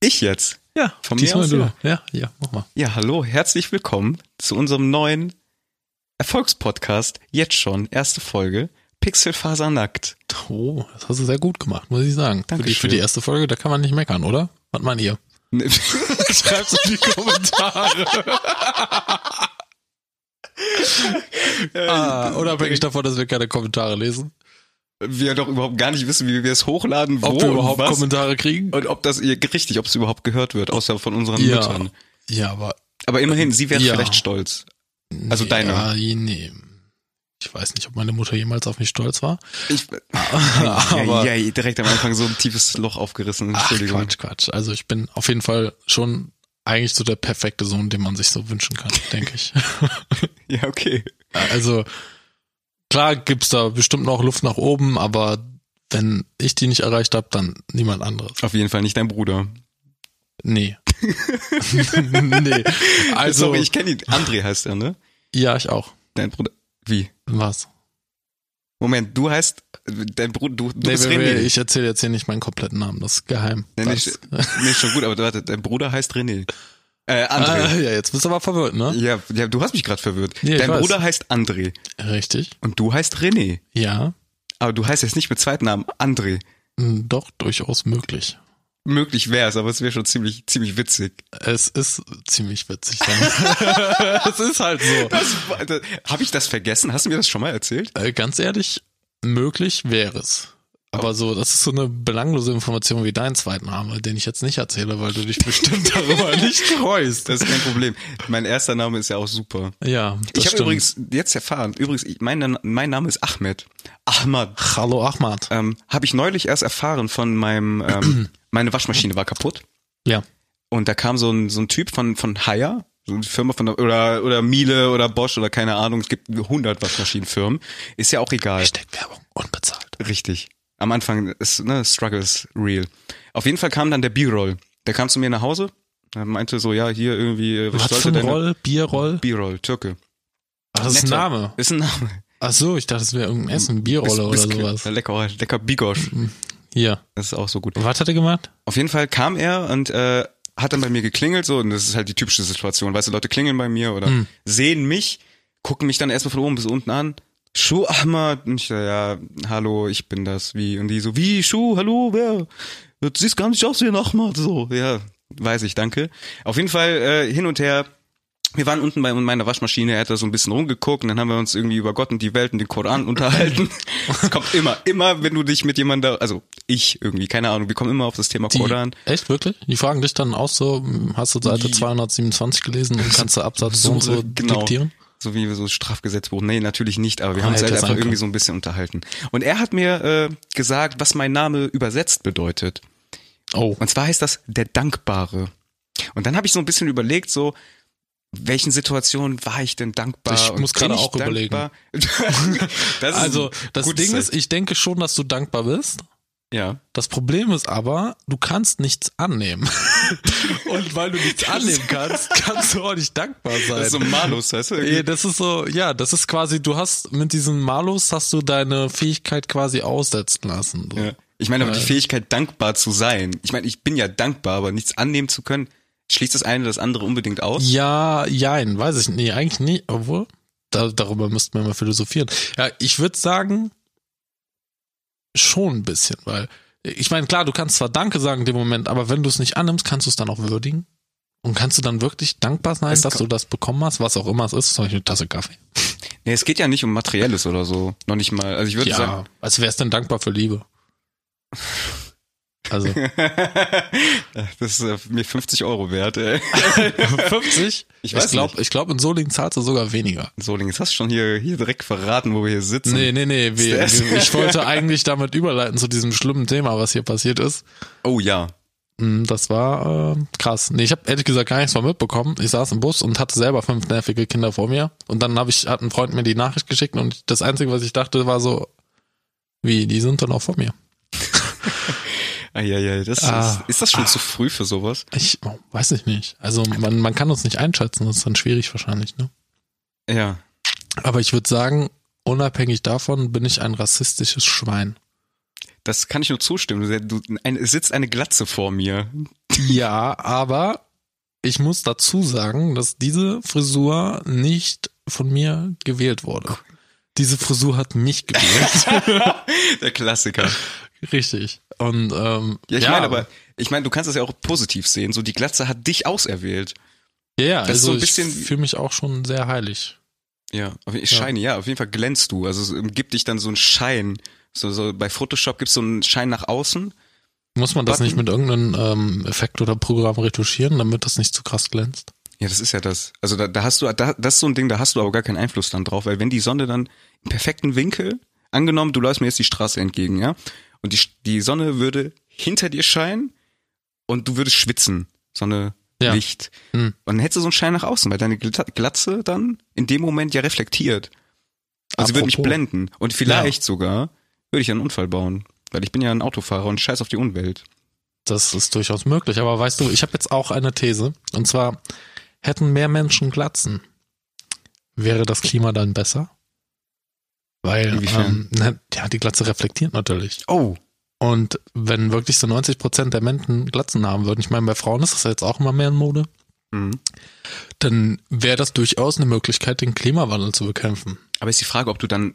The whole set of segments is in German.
ich jetzt. Ja, Von mir diesmal aus, du. ja. Ja. ja, mach mal. Ja, hallo, herzlich willkommen zu unserem neuen Erfolgspodcast. Jetzt schon, erste Folge, Pixelfaser nackt. Oh, das hast du sehr gut gemacht, muss ich sagen. Für die, Dankeschön. für die erste Folge, da kann man nicht meckern, oder? Was meint ihr? Schreib's Die Kommentare. Äh, ah, unabhängig davon, dass wir keine Kommentare lesen. wir doch überhaupt gar nicht wissen, wie wir es hochladen, wo Ob wir und überhaupt was. Kommentare kriegen? und ob das ihr richtig, ob es überhaupt gehört wird, außer von unseren Ja. Müttern. Ja, aber. Aber immerhin, sie wären Ja. vielleicht stolz. Also deine. Ja, nee. Ich weiß nicht, ob meine Mutter jemals auf mich stolz war. Ich, Aber- ja, ja, direkt am Anfang so ein tiefes Loch aufgerissen. Ach, Entschuldigung. Quatsch, Quatsch. Also ich bin auf jeden Fall schon eigentlich so der perfekte Sohn, den man sich so wünschen kann, denke ich. ja, okay. Also klar gibt's da bestimmt noch Luft nach oben, aber wenn ich die nicht erreicht habe, dann niemand anderes. Auf jeden Fall nicht dein Bruder. Nee. nee. Also Sorry, ich kenne ihn. André heißt er, ne? ja, ich auch. Dein Bruder. Wie? Was? Moment, du heißt dein Bruder, du, du Nee, bist wir- wir- René. ich erzähle jetzt hier nicht meinen kompletten Namen, das ist geheim. Nee, das, nicht- nee, schon gut, aber warte, dein Bruder heißt René. Äh, André. ah, ja, jetzt bist du aber verwirrt, ne? Ja, ja, du hast mich gerade verwirrt. Ja, ich dein weiß. Bruder heißt André Richtig. und du heißt René. Ja. Aber du heißt jetzt nicht mit Zweitnamen André. Hm, Doch, durchaus möglich. Möglich wäre es, aber es wäre schon ziemlich, ziemlich witzig. Es ist ziemlich witzig. Dann. es ist halt so. Habe ich das vergessen? Hast du mir das schon mal erzählt? Äh, Ganz ehrlich, möglich wäre es. Aber so, das ist so eine belanglose Information wie dein Zweitname, den ich jetzt nicht erzähle, weil du dich bestimmt darüber nicht freust. Das ist kein Problem. Mein erster Name ist ja auch super. Ja, das ich habe stimmt. übrigens jetzt erfahren, übrigens, ich, mein, mein Name ist Ahmed. Ahmad. Hallo Ahmad. Ähm, habe ich neulich erst erfahren von meinem, ähm, meine Waschmaschine war kaputt. Ja. Und da kam so ein, so ein Typ von, von Haya, so eine Firma von, der- oder, oder Miele oder Bosch oder keine Ahnung, es gibt 100 Waschmaschinenfirmen. Ist ja auch egal. Hashtag Werbung unbezahlt. Richtig. Am Anfang ist, ne, Struggle is real. Auf jeden Fall kam dann der B-Roll. Der kam zu mir nach Hause, er meinte so, ja, hier irgendwie, äh, Was für ein Roll? Bierroll? B-Roll, Türke. Ach, das ist ein Netter. Name. Ist ein Name. Ach so, ich dachte, es wäre irgendein Essen, Bis- Bierrolle oder bis- sowas. Mhm. Lecker, lecker Bigosch. Hier. Das ist auch so gut. Was hat er gemacht? Auf jeden Fall kam er und äh, hat dann bei mir geklingelt so und das ist halt die typische Situation, weißt du, Leute klingeln bei mir oder sehen mich, gucken mich dann erstmal von oben bis unten an. Schuh Ahmad und ich so, ja, hallo, ich bin das, wie und die so, wie Schuh, hallo, wer? Du siehst gar nicht aus wie ein Ahmad so. Ja, weiß ich, danke. Auf jeden Fall äh, hin und her wir waren unten bei meiner Waschmaschine, er hat da so ein bisschen rumgeguckt und dann haben wir uns irgendwie über Gott und die Welt und den Koran unterhalten. Es kommt immer, immer, wenn du dich mit jemandem, also ich irgendwie, keine Ahnung, wir kommen immer auf das Thema Die, Koran. Echt, wirklich? Die fragen dich dann auch so, hm, hast du Seite Die- 227 gelesen und kannst du Absatz so und so genau. diktieren? Ah, So wie wir so Strafgesetzbuch. Nee, natürlich nicht, aber wir haben uns Hätte halt sein einfach irgendwie können. so ein bisschen unterhalten. Und er hat mir äh, gesagt, was mein Name übersetzt bedeutet. Oh, Und zwar heißt das der Dankbare. Und dann habe ich so ein bisschen überlegt, so welchen Situationen war ich denn dankbar? Ich und muss gerade bin ich auch überlegen. dankbar? das ist also ein das gutes Ding ist, ich denke schon, dass du dankbar bist. Ja. Das Problem ist aber, du kannst nichts annehmen. Und weil du nichts annehmen kannst, kannst du auch nicht dankbar sein. Das ist so ein Malus, weißt du? Ja, das ist so, ja, das ist quasi, du hast mit diesem Malus hast du deine Fähigkeit quasi aussetzen lassen. So. Ja. Ich meine, äh. aber die Fähigkeit, dankbar zu sein. Ich meine, ich bin ja dankbar, aber nichts annehmen zu können, schließt das eine das andere unbedingt aus. Ja, jein, weiß ich nicht. Eigentlich nicht, obwohl, da, darüber müssten wir mal philosophieren. Ja, ich würde sagen, schon ein bisschen, weil ich meine, klar, du kannst zwar Danke sagen in dem Moment, aber wenn du es nicht annimmst, kannst du es dann auch würdigen. Und kannst du dann wirklich dankbar sein, Es dass ko- du das bekommen hast, was auch immer es ist, zum Beispiel eine Tasse Kaffee. Nee, es geht ja nicht um Materielles oder so. Noch nicht mal. Also ich würde Ja, sagen. als wärst du denn dankbar für Liebe. Also, das ist äh, mir 50 Euro wert, ey. 50? Ich Ich, weiß ich glaube, ich glaub, in Solingen zahlst du sogar weniger. So, Links, hast du schon hier, hier direkt verraten, wo wir hier sitzen. Nee, nee, nee. Wir, Das- wir, ich wollte eigentlich damit überleiten zu diesem schlimmen Thema, was hier passiert ist. Oh ja. Mm, Das war äh, krass. Nee, ich habe ehrlich gesagt gar nichts von mitbekommen. Ich saß im Bus und hatte selber fünf nervige Kinder vor mir. Und dann hab ich, hat ein Freund mir die Nachricht geschickt und das Einzige, was ich dachte, war so, wie, die sind dann auch vor mir. Eieiei, das Ah. ist, ist das schon zu früh für sowas? Ich oh, weiß ich nicht. Also man, man kann uns nicht einschätzen, das ist dann schwierig wahrscheinlich, ne? Ja. Aber ich würde sagen, unabhängig davon bin ich ein rassistisches Schwein. Das kann ich nur zustimmen. Du, ein, es sitzt eine Glatze vor mir. Ja, aber ich muss dazu sagen, dass diese Frisur nicht von mir gewählt wurde. Diese Frisur hat mich gewählt. Der Klassiker. Richtig. Und ähm, Ja, ich meine, aber ich meine, du kannst das ja auch positiv sehen. So die Glatze hat dich auserwählt. ja, ja, das ist so also ein bisschen- ich fühle mich auch schon sehr heilig. Ja, auf, shiny, ja, auf jeden Fall glänzt du. Also es gibt dich dann so einen Schein. So, so bei Photoshop gibt es so einen Schein nach außen. Muss man das Button. nicht mit irgendeinem ähm, Effekt oder Programm retuschieren, damit das nicht zu krass glänzt? Ja, das ist ja das. Also da, da hast du, da, das ist so ein Ding, da hast du aber gar keinen Einfluss dann drauf, weil wenn die Sonne dann im perfekten Winkel, angenommen, du läufst mir jetzt die Straße entgegen, ja, und die, die Sonne würde hinter dir scheinen und du würdest schwitzen. Sonne, Ja. Licht. Hm. Und dann hättest du so einen Schein nach außen, weil deine Glat- Glatze dann in dem Moment ja reflektiert. Und sie würde mich Apropos. blenden. Und vielleicht sogar würde ich einen Unfall bauen. Weil ich bin ja ein Autofahrer und scheiß auf die Umwelt. Das ist durchaus möglich. Aber weißt du, ich habe jetzt auch eine These. Und zwar, hätten mehr Menschen Glatzen, wäre das Klima dann besser? Weil ähm, Inwiefern? na, ja, die Glatze reflektiert natürlich. Oh. Und wenn wirklich so 90 Prozent der Menschen Glatzen haben würden, ich meine, bei Frauen ist das ja jetzt auch immer mehr in Mode, Mhm. dann wäre das durchaus eine Möglichkeit, den Klimawandel zu bekämpfen. Aber ist die Frage, ob du dann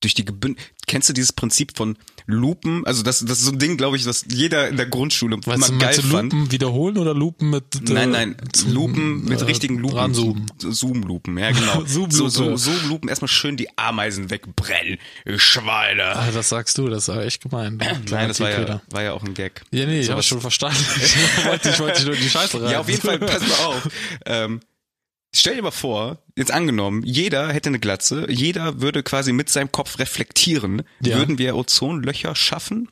durch die Gebünd Kennst du dieses Prinzip von Lupen? Also das, das ist so ein Ding, glaube ich, das jeder in der Grundschule Weißt mal du, geil meinst du fand. Lupen wiederholen oder Lupen mit äh, Nein, nein, zum, Lupen mit äh, richtigen Lupen. ranzoomen? So- Zoom-Lupen, ja genau. Zoom-Lupe. so, so, Zoom-Lupen, erstmal schön die Ameisen wegbrennen. ihr Schweine. Ah, das sagst du, das war echt gemein. Nein, das war ja, war ja auch ein Gag. Ja, nee, ich habe Sowas- schon verstanden. Ich wollte, ich wollte dich nur in die Scheiße rein. Ja, auf jeden Fall, pass mal auf. Ähm, stell dir mal vor, jetzt angenommen, jeder hätte eine Glatze, jeder würde quasi mit seinem Kopf reflektieren. Ja. Würden wir Ozonlöcher schaffen?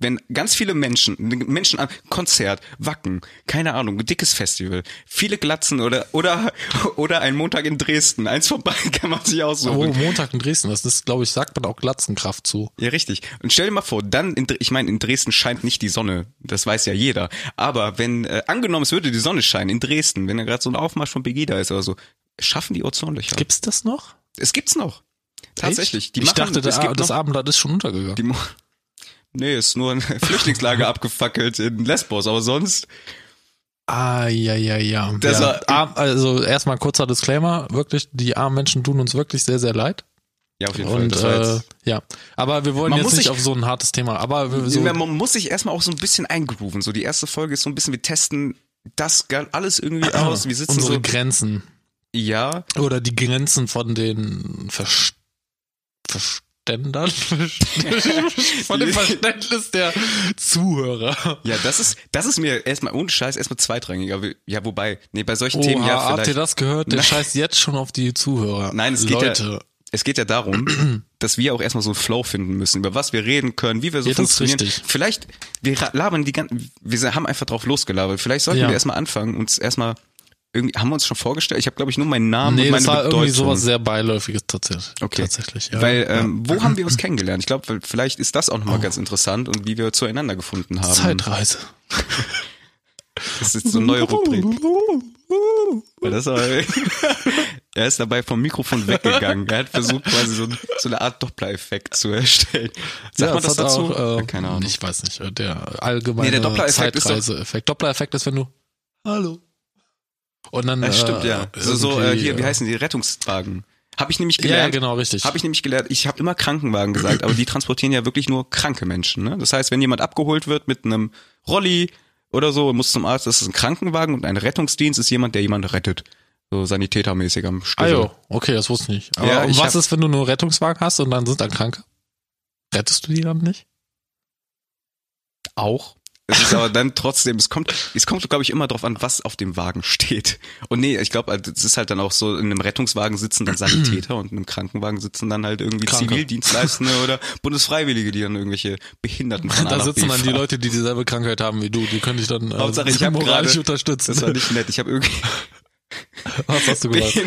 Wenn ganz viele Menschen, Menschen an Konzert, Wacken, keine Ahnung, ein dickes Festival, viele Glatzen oder oder oder ein Montag in Dresden, eins vorbei kann man sich Oh, aussuchen. Montag in Dresden, das ist, glaube ich, sagt man auch Glatzenkraft zu. Ja, richtig. Und stell dir mal vor, dann, in, Dre- ich meine, in Dresden scheint nicht die Sonne, das weiß ja jeder. Aber wenn, äh, angenommen, es würde die Sonne scheinen in Dresden, wenn da gerade so ein Aufmarsch von Pegida ist oder so, schaffen die Ozonlöcher. Gibt's das noch? es gibt's noch. Tatsächlich. Echt? ich dachte, es das, gibt das noch, Abendblatt ist schon untergegangen. die, Mo- Nee, ist nur ein Flüchtlingslager abgefackelt in Lesbos, aber sonst. ah, ja, ja, ja. Das ja. war- arm, also erstmal kurzer Disclaimer, wirklich, die armen Menschen tun uns wirklich sehr, sehr leid. Ja, auf jeden Fall. Und das war äh, jetzt- ja, aber wir wollen Man jetzt muss nicht sich- auf so ein hartes Thema, aber wir- so, Man muss sich erstmal auch so ein bisschen eingrooven. So, die erste Folge ist so ein bisschen, wir testen das alles irgendwie aus. Wir sitzen äh, unsere so. Grenzen. Ja, Oder die Grenzen von den Ver Verständern. von dem Verständnis der Zuhörer. Ja, das ist, das ist mir erstmal ohne Scheiß erstmal zweitrangig. Aber ja, wobei, nee, bei solchen Themen Oha, ja habt ihr vielleicht. das gehört? Der Nein. scheißt jetzt schon auf die Zuhörer. Nein, es geht Leute, Es geht ja um darum, dass wir auch erstmal so einen Flow finden müssen, über was wir reden können, wie wir so Ja, das ist funktionieren. richtig. Vielleicht, wir ra- labern die ganzen, wir haben einfach drauf losgelabert. Vielleicht sollten Ja. wir erstmal anfangen, uns erstmal irgendwie, haben wir uns schon vorgestellt? Ich habe, glaube ich, nur meinen Namen nee, und meine das war Bedeutung. irgendwie sowas sehr beiläufiges tatsächlich. Okay. Tatsächlich, ja. Oh. Weil, ähm, wo haben wir uns kennengelernt? Ich glaube, vielleicht ist das auch nochmal ganz interessant und wie wir zueinander gefunden haben. Zeitreise. ähm, Das ist so eine neue Rubrik. Weil das war, er ist dabei vom Mikrofon weggegangen. Er hat versucht, quasi so, so eine Art Doppler-Effekt zu erstellen. Sagt ja, man das hat dazu? Auch, äh, Ja, keine Ahnung. Ich weiß nicht. äh, Der allgemeine Nee, der Doppler-Effekt ist doch- Zeitreise-Effekt. Doppler-Effekt ist, wenn du Hallo. Und dann. Ja, stimmt, äh, ja. So, so äh, irgendwie, hier, wie heißen die? Rettungswagen. Habe ich nämlich Ja, ja, gelernt. genau, richtig. Habe ich nämlich gelernt, ich habe immer Krankenwagen gesagt, aber die transportieren ja wirklich nur kranke Menschen. Ne? Das heißt, wenn jemand abgeholt wird mit einem Rolli oder so und muss zum Arzt, das ist ein Krankenwagen und ein Rettungsdienst ist jemand, der jemanden rettet. So sanitätermäßig am Ah, Schlüssel. jo. Okay, das wusste ich nicht. Aber Ja, und ich was hab- ist, wenn du nur Rettungswagen hast und dann sind dann Kranke? Rettest du die dann nicht? Auch. Es ist aber dann trotzdem, es kommt, es kommt, glaube ich, immer drauf an, was auf dem Wagen steht. Und nee, ich glaube, es ist halt dann auch so, in einem Rettungswagen sitzen dann Sanitäter und in einem Krankenwagen sitzen dann halt irgendwie Kranke. Zivildienstleistende oder Bundesfreiwillige, die dann irgendwelche Behinderten von A Da nach B sitzen dann die fahren. Leute, die dieselbe Krankheit haben wie du. Die können dich dann äh, Hauptsache, ich hab moralisch gerade- unterstützen. Das war nicht nett. Ich habe irgendwie. was hast du gemacht?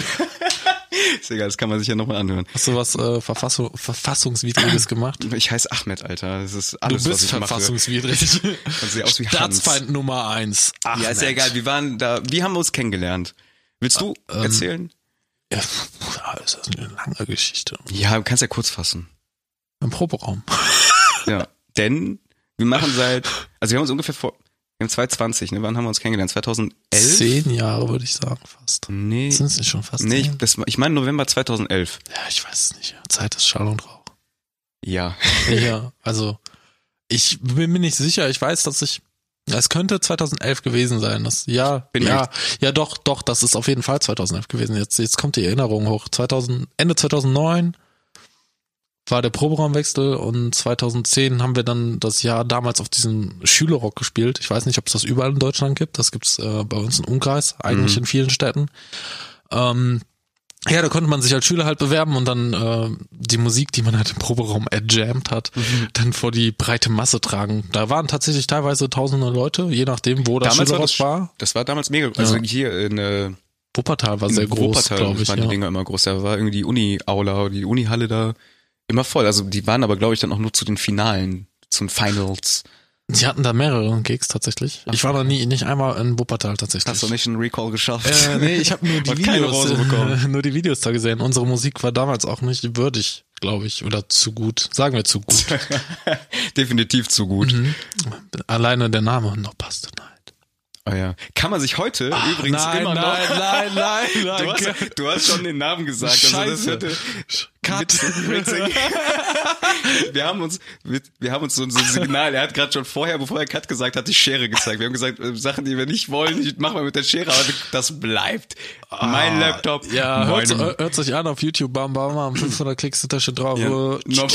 ist egal, das kann man sich ja nochmal anhören. Hast du was äh, Verfassung, Verfassungswidriges gemacht? Ich heiße Ahmed, Alter. Das ist Du alles, was bist ich verfassungswidrig. mache. Und sehe aus wie Hans. Staatsfeind Nummer eins. Ach, Ja, ist ja egal. Wir waren da. Wie haben wir uns kennengelernt? Willst du erzählen? Ja, ist das eine lange Geschichte. Ja, du kannst ja kurz fassen. Im Proberaum. Ja. Denn wir machen seit, also wir haben uns ungefähr vor, Wir haben 2020, ne? Wann haben wir uns kennengelernt? 2011? Zehn Jahre, würde ich sagen, fast. Nee. Sind es nicht schon fast Nee, ich, zehn? das, ich meine November 2011. Ja, ich weiß es nicht. Zeit ist Schall und Rauch. Ja. Ja, also ich bin mir nicht sicher. Ich weiß, dass ich es könnte 2011 gewesen sein. Das ja, Bin ja, ja, doch, doch. Das ist auf jeden Fall 2011 gewesen. Jetzt, jetzt kommt die Erinnerung hoch. 2000, Ende 2009 war der Proberaumwechsel und 2010 haben wir dann das Jahr damals auf diesem Schülerrock gespielt. Ich weiß nicht, ob es das überall in Deutschland gibt. Das gibt's äh, bei uns im Umkreis, eigentlich in vielen Städten. Ähm, ja, da konnte man sich als Schüler halt bewerben und dann äh, die Musik, die man halt im Proberaum erjammt hat, Mhm. dann vor die breite Masse tragen. Da waren tatsächlich teilweise tausende Leute, je nachdem, wo das Schülerrock war. Das war damals mega. Also hier in, äh, in Wuppertal war sehr groß, Wuppertal glaube ich. waren die Ja. Dinger immer groß. Da war irgendwie die Uni-Aula, die Uni-Halle da immer voll. Also die waren aber, glaube ich, dann auch nur zu den Finalen, zu den Finals. Die hatten da mehrere Gigs tatsächlich. Ich war noch nie, nicht einmal in Wuppertal tatsächlich. Hast du nicht einen Recall geschafft? Äh, nee, ich habe nur die Und keine Videos Rose bekommen. nur die Videos da gesehen. Unsere Musik war damals auch nicht würdig, glaube ich, oder zu gut. Sagen wir zu gut. Definitiv zu gut. Alleine der Name noch passt dann halt. Ah, ja. Kann man sich heute übrigens immer noch. nein, nein, nein, Du hast, du hast schon den Namen gesagt. Scheiße. Also das Cut. hätte- wir haben uns, wir, wir haben uns so, so ein Signal. Er hat gerade schon vorher, bevor er Cut gesagt hat, die Schere gezeigt. Wir haben gesagt, äh, Sachen, die wir nicht wollen, die machen wir mit der Schere, aber das bleibt. Mein Laptop. Ah, Ja, äh, mein hört, hört sich an auf YouTube, bam, bam, bam, 500 Klicks sind da schon drauf. Ja. Äh, Noch-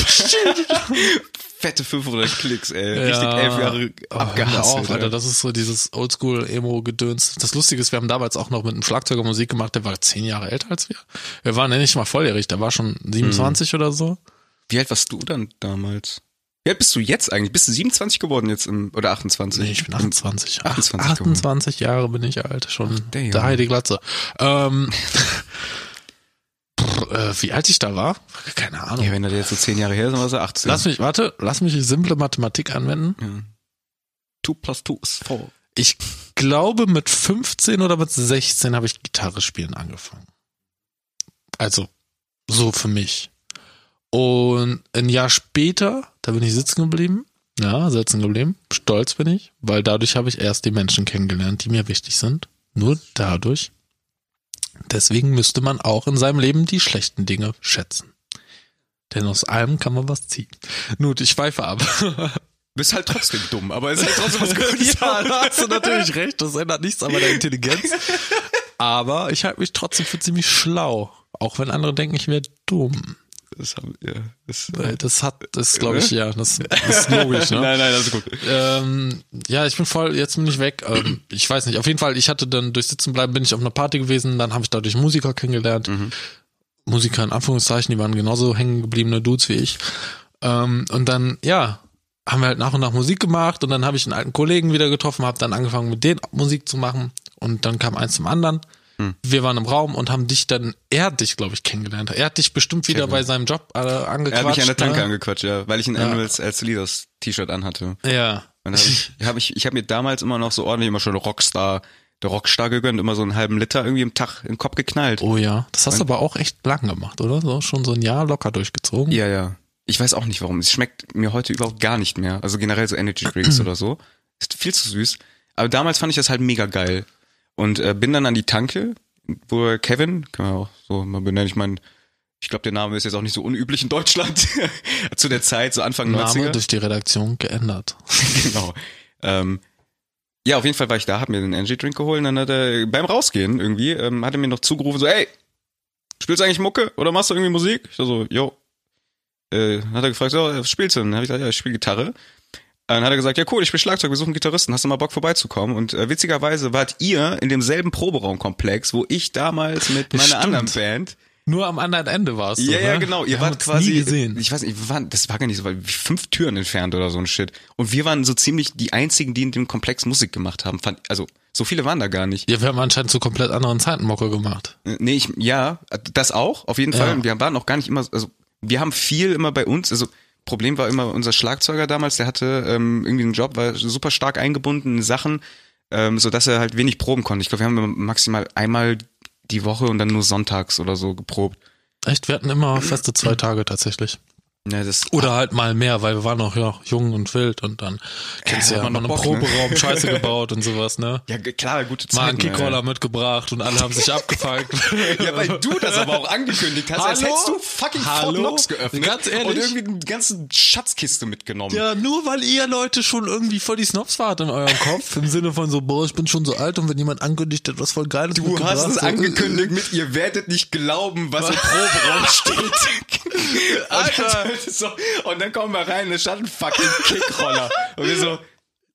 Fette 500 Klicks, ey. Richtig Ja. elf Jahre Oh, abgehasselt. hör auf, Alter. ey. Das ist so dieses Oldschool-Emo-Gedöns. Das Lustige ist, wir haben damals auch noch mit einem Schlagzeuger Musik gemacht, der war zehn Jahre älter als wir. Wir waren ja nicht mal volljährig, der war schon 27 Hm. oder so. Wie alt warst du dann damals? Wie alt bist du jetzt eigentlich? Bist du 27 geworden jetzt im, oder 28? Nee, ich bin 28. 28 geworden. 28 Jahre bin ich alt, schon damn. der Heidi Glatze. Ähm, pff, äh, wie alt ich da war? Keine Ahnung. Ja, wenn das jetzt so 10 Jahre her ist, dann warst du 18. Lass mich, warte, lass mich die simple Mathematik anwenden. ja. 2 plus 2 ist 4. Ich glaube, mit 15 oder mit 16 habe ich Gitarre spielen angefangen. Also, so für mich. Und ein Jahr später, da bin ich sitzen geblieben. Ja, sitzen geblieben. Stolz bin ich, weil dadurch habe ich erst die Menschen kennengelernt, die mir wichtig sind. Nur dadurch. Deswegen müsste man auch in seinem Leben die schlechten Dinge schätzen. Denn aus allem kann man was ziehen. Nut, ich schweife ab. Bist halt trotzdem dumm, aber es ist halt trotzdem was Gutes. Ja, da hast du natürlich recht, das ändert nichts an meiner Intelligenz. Aber ich halte mich trotzdem für ziemlich schlau. Auch wenn andere denken, ich wäre dumm. Das haben, ja, das, Weil Das hat, das glaube ich, ja, das, das ist logisch, ne? Nein, nein, das ist gut. Ähm, ja, ich bin voll, jetzt bin ich weg. Ähm, ich weiß nicht. Auf jeden Fall, ich hatte dann durch Sitzen bleiben, bin ich auf einer Party gewesen, dann habe ich dadurch Musiker kennengelernt. Mhm. Musiker in Anführungszeichen, die waren genauso hängengebliebene Dudes wie ich. Ähm, und dann, ja, haben wir halt nach und nach Musik gemacht und dann habe ich einen alten Kollegen wieder getroffen, habe dann angefangen mit denen Musik zu machen und dann kam eins zum anderen. Hm. Wir waren im Raum und haben dich dann, er hat dich, glaube ich, kennengelernt. Er hat dich bestimmt wieder bei seinem Job äh, Er angequatscht. hat mich an der Tanke ne? angequatscht, ja, weil ich ein Animals als Leaders T-Shirt anhatte. Ja. Und dann hab ich, hab ich, ich habe mir damals immer noch so ordentlich immer schon Rockstar, der Rockstar gegönnt, immer so einen halben Liter irgendwie im Tag im Kopf geknallt. Oh ja, das hast du aber auch echt lang gemacht, oder? So, schon so ein Jahr locker durchgezogen. Ja, ja. Ich weiß auch nicht warum. Es schmeckt mir heute überhaupt gar nicht mehr. Also generell so Energy Drinks oder so. Ist viel zu süß. Aber damals fand ich das halt mega geil. Und äh, bin dann an die Tanke, wo Kevin, kann man auch so mal benennen, ich meine, ich glaube, der Name ist jetzt auch nicht so unüblich in Deutschland. Zu der Zeit, so Anfang Name 90er. durch die Redaktion geändert. genau. Ähm, ja, auf jeden Fall war ich da, hab mir den Energy Drink geholt und dann hat er beim Rausgehen irgendwie, ähm, hat er mir noch zugerufen, so, ey, spielst du eigentlich Mucke oder machst du irgendwie Musik? Ich so, jo. Äh, hat er gefragt, so, was spielst du denn? Dann hab ich gesagt, ja, ich spiele Gitarre. Dann hat er gesagt, ja cool, ich spiele Schlagzeug, wir suchen einen Gitarristen, hast du mal Bock vorbeizukommen? Und äh, witzigerweise wart ihr in demselben Proberaumkomplex, wo ich damals mit meiner Stimmt. anderen Band Nur am anderen Ende warst du. ja, ja, ne? genau. Ihr Wir haben wart uns quasi. Nie gesehen. Ich weiß nicht, wir waren, das war gar nicht so weit, wie fünf Türen entfernt oder so ein Shit. Und wir waren so ziemlich die einzigen, die in dem Komplex Musik gemacht haben. Fand, also, so viele waren da gar nicht. Ja, wir haben anscheinend zu komplett anderen Zeiten Mocke gemacht. Äh, Nee, ich, ja, das auch, auf jeden Ja. Fall. Wir waren auch gar nicht immer, also, wir haben viel immer bei uns, also, Problem war immer unser Schlagzeuger damals, der hatte ähm, irgendwie einen Job, war super stark eingebunden in Sachen, ähm, so dass er halt wenig proben konnte. Ich glaube, wir haben maximal einmal die Woche und dann nur sonntags oder so geprobt. Echt, wir hatten immer feste zwei Tage tatsächlich. Ja, das, Oder halt mal mehr, weil wir waren noch ja, jung und wild und dann kennst Ja, ja, ja hat man man noch im Bock, ne? Proberaum Scheiße gebaut und sowas, ne? ja, g- klar, gute Mal Zeiten. einen Keycaller Alter. mitgebracht und alle haben sich abgefangen. Ja, weil du das aber auch angekündigt hast, als Hallo? hättest du fucking Fort Hallo? Knox geöffnet Ganz ehrlich? und irgendwie eine ganze Schatzkiste mitgenommen. Ja, nur weil ihr Leute schon irgendwie voll die Snobs wart in eurem Kopf, im Sinne von so, boah, ich bin schon so alt und wenn jemand angekündigt hat, was voll geiles Du mitgebracht, hast es so, äh, angekündigt mit, ihr werdet nicht glauben, was im Proberaum steht. Alter. Und, dann, so, und dann kommen wir rein, da stand ein fucking Kickroller. Und wir so,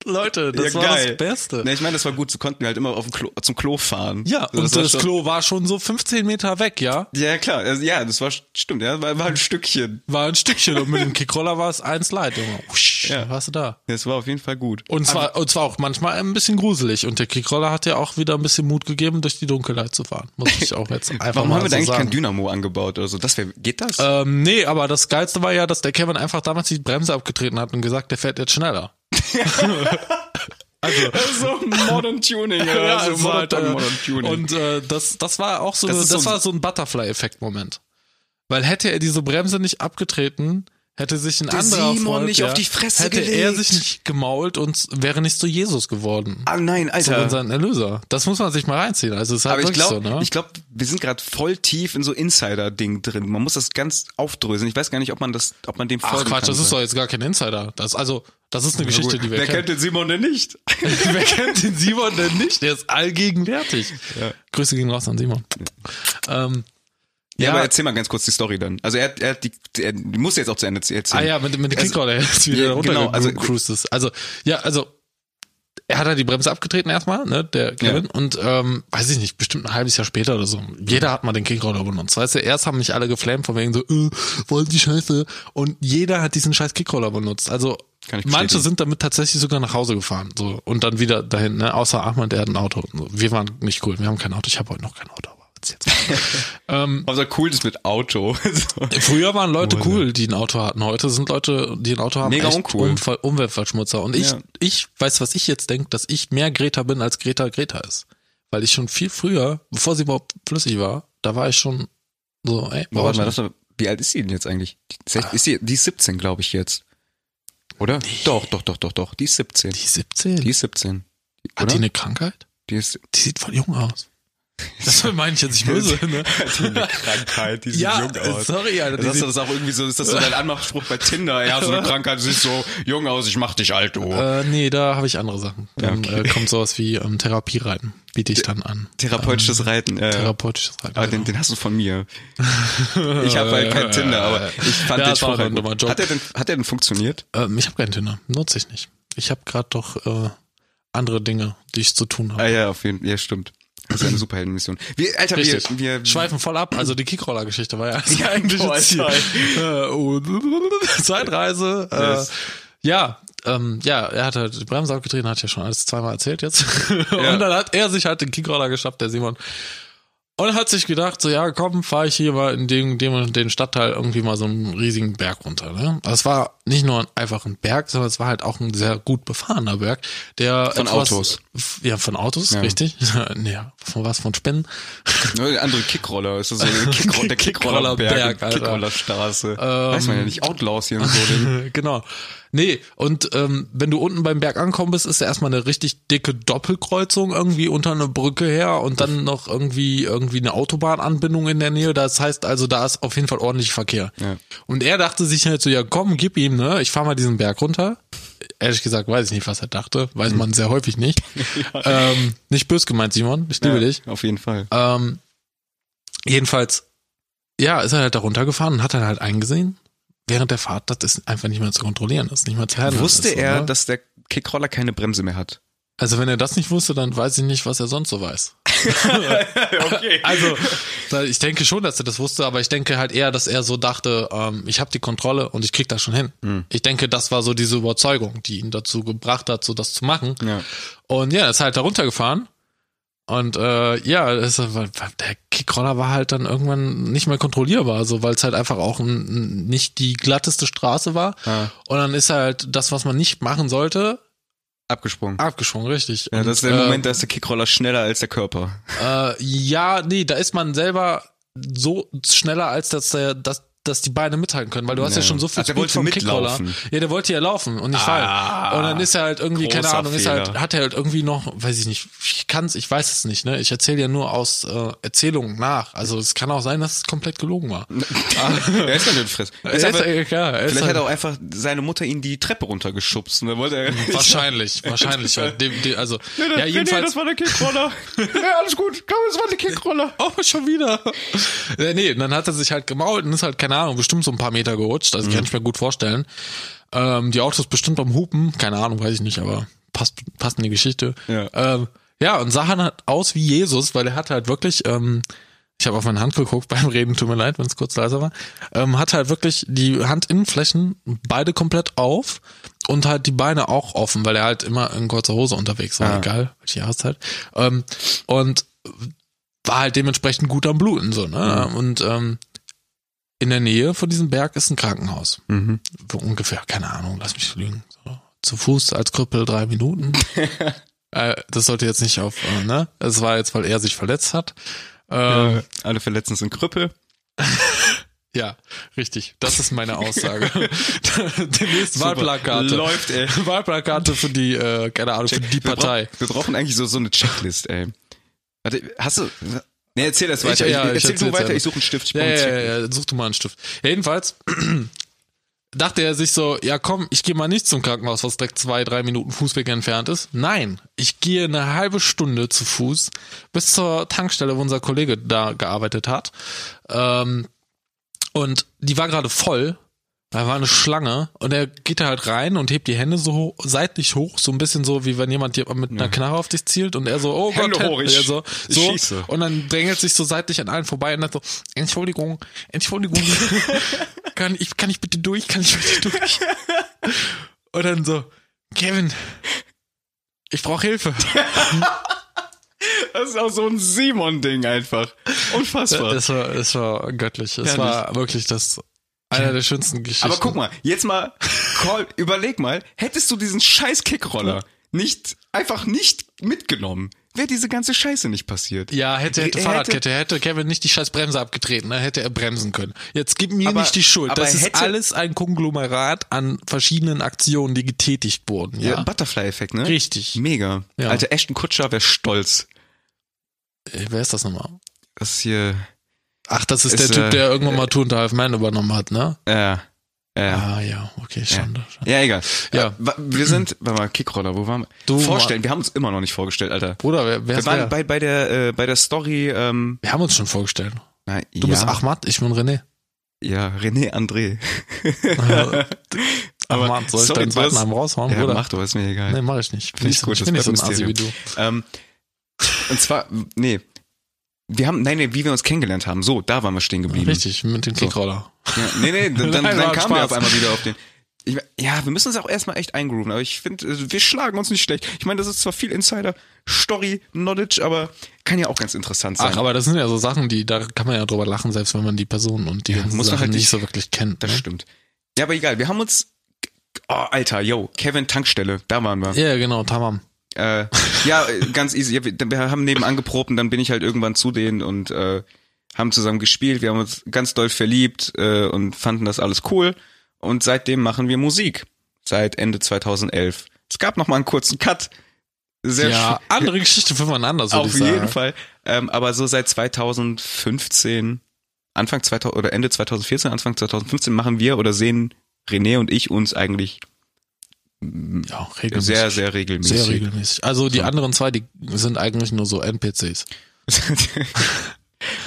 Leute, das ja war geil. das Beste. Ne, ich meine, das war gut, so konnten wir halt immer auf dem Klo, zum Klo fahren. Ja, Also und das, war schon- Klo war schon so 15 Meter weg, ja? Ja, klar, also, ja, das war, stimmt, ja, war, war ein Stückchen. War ein Stückchen und mit dem Kickroller war es eins Leid, Junge. Husch, Ja. warst du da. Das war auf jeden Fall gut. Und zwar, und zwar auch manchmal ein bisschen gruselig. Und der Kickroller hat ja auch wieder ein bisschen Mut gegeben, durch die Dunkelheit zu fahren. Muss ich auch jetzt einfach Warum mal haben wir so da eigentlich sagen. kein Dynamo angebaut oder so? Das wär, geht das? Ähm, nee, aber das Geilste war ja, dass der Kevin einfach damals die Bremse abgetreten hat und gesagt, der fährt jetzt schneller. also, so Modern Tuning, es war halt, äh, Und äh, das, das war auch so, also Das ist das, das so ein- war so ein Butterfly-Effekt-Moment. Weil hätte er diese Bremse nicht abgetreten, hätte sich ein anderer Simon Freund, nicht ja, auf die Fresse hätte er gelegt. sich nicht gemault und wäre nicht zu Jesus geworden. ah nein, Zu Alter. unseren Erlöser. Das muss man sich mal reinziehen. Also es ist halt Aber ich wirklich glaube, so, ne? ich glaube, wir sind gerade voll tief in so Insider-Ding drin. Man muss das ganz aufdröseln. Ich weiß gar nicht, ob man das, ob man dem folgen Ach Quatsch, kann. das ist doch jetzt gar kein Insider. Das, also, das ist eine Ja, gut. Geschichte, die wir Wer kennen. kennt den Simon denn nicht? Wer kennt den Simon denn nicht? Der ist allgegenwärtig. Grüße gehen raus an Simon. Ähm, Ja, ja, aber erzähl mal ganz kurz die Story dann. Also er, hat- er hat die, er die muss jetzt auch zu Ende erzählen. ah ja, mit, mit dem Kickroller ist Also, ja, wieder ja, genau, also- runtergecruised ist. Also, ja, also, er hat da die Bremse abgetreten erstmal, ne, der Kevin, und, ähm, weiß ich nicht, bestimmt ein halbes Jahr später oder so. Jeder hat mal den Kickroller benutzt. Weißt du, erst haben mich alle geflammt von wegen so, äh, wollen die Scheiße, und jeder hat diesen scheiß Kickroller benutzt. Also, Kann ich manche bestätigen. sind damit tatsächlich sogar nach Hause gefahren, so, und dann wieder dahin, ne, außer Ahmad, der hat ein Auto. So, Wir waren nicht cool, wir haben kein Auto, ich habe heute noch kein Auto, aber jetzt. ähm, Außer cool ist mit Auto. So. Früher waren Leute cool, die ein Auto hatten. Heute sind Leute, die ein Auto haben, Mega echt uncool. Umfall- Umweltverschmutzer. Und ich, Ja. ich weiß, was ich jetzt denke, dass ich mehr Greta bin, als Greta Greta ist. Weil ich schon viel früher, bevor sie überhaupt flüssig war, da war ich schon so, ey, Boah, warte mal, warum- das war, wie alt ist sie denn jetzt eigentlich? Die, ist Ah. echt- ist sie, die ist 17, glaube ich, jetzt. Oder? Doch, doch, doch, doch, doch. Die ist 17. die ist 17. Die ist 17. Hat oder? die eine Krankheit? Die ist Die sieht voll jung aus. Das meine ich jetzt nicht böse, ne? eine Krankheit, die sieht ja, jung aus. Also sorry, Alter. Die Ist sieht, das auch irgendwie so, ist das so dein Anmachspruch bei Tinder? Ja, so eine Krankheit, du siehst so jung aus, ich mach dich alt, oh. du. äh, nee, da habe ich andere Sachen. Dann okay. äh, kommt sowas wie ähm, Therapie rein, biete ich dann an. Therapeutisches Reiten. Äh, Therapeutisches Reiten. ah, den, den hast du von mir. Ich habe halt kein Tinder, aber ich fand Ja, den das war Spruch doch halt ein dummer gut. Joke. Hat der denn, hat der denn funktioniert? Ähm, ich habe keinen Tinder, nutze ich nicht. Ich habe gerade doch äh, andere Dinge, die ich zu tun Ah habe. ja, auf jeden Fall. Ja, stimmt. Das ist eine Superheldenmission. Wir, Alter, wir, Richtig. wir Schweifen voll ab, also die Kickroller-Geschichte war ja das Ja, eigentliche boah, Ziel. Äh, und- Zeitreise. Äh, Yes. Ja, ähm, ja, er hat halt die Bremse abgetreten, hat ja schon alles zweimal erzählt jetzt. Ja. Und dann hat er sich halt den Kickroller geschafft, der Simon. Und hat sich gedacht, so ja, komm, fahre ich hier mal in dem, dem und den Stadtteil irgendwie mal so einen riesigen Berg runter. Ne? Das war nicht nur ein, einfach ein Berg, sondern es war halt auch ein sehr gut befahrener Berg, der Von etwas- Autos. Ja, von Autos, Ja. richtig. ja, von was? Von Spinnen. Ne, Andere Kickroller, ist das so der Kickroller, der Kickrollerberg, Kickrollerberg, Alter. Ähm. Kickrollerstraße. Weiß man ja nicht, Outlaws hier und so. Den, genau. Nee, und ähm, wenn du unten beim Berg ankommen bist, ist ja erstmal eine richtig dicke Doppelkreuzung irgendwie unter eine Brücke her und dann noch irgendwie irgendwie eine Autobahnanbindung in der Nähe. Das heißt also, da ist auf jeden Fall ordentlich Verkehr. Ja. Und er dachte sich halt so, ja komm, gib ihm, ne? Ich fahr mal diesen Berg runter. Ehrlich gesagt weiß ich nicht, was er dachte. Weiß man sehr häufig nicht. ähm, nicht bös gemeint, Simon. Ich liebe Ja, dich. Auf jeden Fall. Ähm, jedenfalls, ja, ist er halt da runtergefahren und hat dann halt eingesehen, während der Fahrt, dass das einfach nicht mehr zu kontrollieren ist, nicht mehr zu handeln Wusste ist, er, ne? dass der Kickroller keine Bremse mehr hat? Also wenn er das nicht wusste, dann weiß ich nicht, was er sonst so weiß. Okay. Also, da- ich denke schon, dass er das wusste, aber ich denke halt eher, dass er so dachte, ähm, ich habe die Kontrolle und ich krieg das schon hin. Hm. Ich denke, das war so diese Überzeugung, die ihn dazu gebracht hat, so das zu machen. Ja. Und ja, ist halt da runtergefahren. Und äh, ja, das, der Kickroller war halt dann irgendwann nicht mehr kontrollierbar, so weil es halt einfach auch n- n- nicht die glatteste Straße war. Ah. Und dann ist halt das, was man nicht machen sollte, Abgesprungen. abgeschwungen, richtig. Ja, Und, das ist der äh, Moment, da ist der Kickroller schneller als der Körper. Äh, ja, nee, da ist man selber so schneller, als dass der, dass dass die Beine mithalten können, weil du hast ja Ja. schon so viel Ach, der Speed wollte vom mitlaufen. Kickroller. Ja, der wollte ja laufen und nicht fallen. Und dann ist er halt irgendwie, keine großer Ahnung, ist er halt, Fehler. hat er halt irgendwie noch, weiß ich nicht, ich kann's, ich weiß es nicht, ne? Ich erzähle ja nur aus äh, Erzählungen nach. Also es kann auch sein, dass es komplett gelogen war. Ah, er ist ja nicht friss. Er ist Er ist- aber, ja, klar, er ist vielleicht hat halt- er auch einfach seine Mutter ihn die Treppe runtergeschubst und dann wollte er. Wahrscheinlich, wahrscheinlich. weil dem- dem- also, ja, jedenfalls. war der Kickroller. ja, alles gut. Komm, das war der Kickroller. Oh, schon wieder. Äh, nee, und dann hat er sich halt gemault und ist halt, keine Ahnung, bestimmt so ein paar Meter gerutscht. Also kann ich mir gut vorstellen. Ähm, die Autos bestimmt am Hupen. Keine Ahnung, weiß ich nicht, aber passt, passt in die Geschichte. Ja. Ähm, ja, und sah halt aus wie Jesus, weil er hat halt wirklich, ähm, ich habe auf meine Hand geguckt beim Reden, tut mir leid, wenn es kurz leiser war, ähm, hat halt wirklich die Handinnenflächen beide komplett auf und halt die Beine auch offen, weil er halt immer in kurzer Hose unterwegs war, egal welche Jahreszeit. Ähm, und war halt dementsprechend gut am Bluten so, ne? Und ähm, in der Nähe von diesem Berg ist ein Krankenhaus. Mhm. So ungefähr, keine Ahnung, lass mich lügen. So, zu Fuß als Krüppel drei Minuten. äh, das sollte jetzt nicht auf, äh, ne? Es war jetzt, weil er sich verletzt hat. Ähm, Alle Verletzten sind Krüppel. ja. richtig. Das ist meine Aussage. Demnächst Super. Wahlplakate. Läuft, ey. Wahlplakate für die, äh, keine Ahnung, für die Wir Partei. brauchen- Wir brauchen eigentlich so, so eine Checklist, ey. Warte, hast du. Nee, erzähl das weiter. Ich- ja, ich erzähl erzähl's du weiter, selber. ich suche einen Stift. Ich Ja, brauch einen ja, Stift. ja, ja, such du mal einen Stift. Jedenfalls dachte er sich so, ja komm, ich gehe mal nicht zum Krankenhaus, was direkt zwei, drei Minuten Fußweg entfernt ist. Nein, ich gehe eine halbe Stunde zu Fuß bis zur Tankstelle, wo unser Kollege da gearbeitet hat. Ähm, und die war gerade voll. Da war eine Schlange und er geht da halt rein und hebt die Hände so hoch, seitlich hoch, so ein bisschen so, wie wenn jemand dir mit einer Knarre auf dich zielt und er so, oh Hände Gott, Hände hoch, ich- er so, ich so schieße. und dann drängelt sich so seitlich an allen vorbei und dann so, Entschuldigung, Entschuldigung, kann ich, kann ich bitte durch, kann ich bitte durch? Und dann so, Kevin, ich brauche Hilfe. Das ist auch so ein Simon-Ding einfach. Unfassbar. Es war, es war göttlich. Herrlich. Es war wirklich das, einer der schönsten Geschichten. Aber guck mal, jetzt mal, Call, überleg mal, hättest du diesen scheiß Kickroller nicht, einfach nicht mitgenommen, wäre diese ganze Scheiße nicht passiert. Ja, hätte, hätte Er Fahrradkette, hätte Kevin nicht die scheiß Bremse abgetreten, ne, hätte er bremsen können. Jetzt gib mir Aber- nicht die Schuld. aber Das ist hätte- alles ein Konglomerat an verschiedenen Aktionen, die getätigt wurden. Ja, Ja, Butterfly-Effekt, ne? richtig. Mega. Ja. Alter, Ashton Kutscher wäre stolz. Äh, Wer ist das nochmal? Das hier, Ach, das ist, Ist, der Typ, äh, der irgendwann mal Two and a Half Man übernommen hat, ne? äh, äh, Ah ja, okay, Schande. Schande. Ja, egal. Ja. Äh, wa- wir sind, warte mal, Kickroller, wo waren wir? Du, Vorstellen, wir haben uns immer noch nicht vorgestellt, Alter. Bruder, wer, wer Wir ist waren wer? bei, bei der, äh, bei der Story, ähm, Wir haben uns schon vorgestellt. na, Du ja, bist Ahmad, ich bin René. Also, Ja, René André. Aber Ahmad, soll ich sorry, deinen du zweiten hast- Namen raushauen, Ja, Bruder? mach doch, ist mir egal. Nee, mach ich nicht. Finde ich so- gut, bin nicht das so ein Assi wie bleibt du. Ähm, und zwar, nee. Wir haben, nein, nee, wie wir uns kennengelernt haben. So, da waren wir stehen geblieben. Richtig, mit dem Kickroller. Ja, nee, nee, dann, dann, Nein, war dann ein kamen wir auf Spaß. einmal wieder auf den. Ich, mein, ja, wir müssen uns auch erstmal echt eingrooven, aber ich finde, wir schlagen uns nicht schlecht. Ich meine, das ist zwar viel Insider-Story-Knowledge, aber kann ja auch ganz interessant sein. Ach, aber das sind ja so Sachen, die, da kann man ja drüber lachen, selbst wenn man die Personen und die ganzen muss man Sachen halt nicht nicht- so wirklich kennt. das ne? stimmt. Ja, aber egal, wir haben uns. Oh, Alter, yo, Kevin Tankstelle, da waren wir. Ja, genau, tamam. Äh, ja, äh, ganz easy. Ja, wir, wir haben nebenan geprobt und dann bin ich halt irgendwann zu denen und äh, haben zusammen gespielt. Wir haben uns ganz doll verliebt äh, und fanden das alles cool. Und seitdem machen wir Musik. Seit Ende 2011. Es gab noch mal einen kurzen Cut. Sehr Ja, schön. andere Geschichte für wann anders, würde Auf ich sagen. jeden Fall. Ähm, aber so seit 2015, Anfang 2000 oder Ende 2014, Anfang 2015 machen wir oder sehen René und ich uns eigentlich Ja, regelmäßig. sehr, sehr regelmäßig. Sehr regelmäßig. Also die anderen zwei, die sind eigentlich nur so NPCs.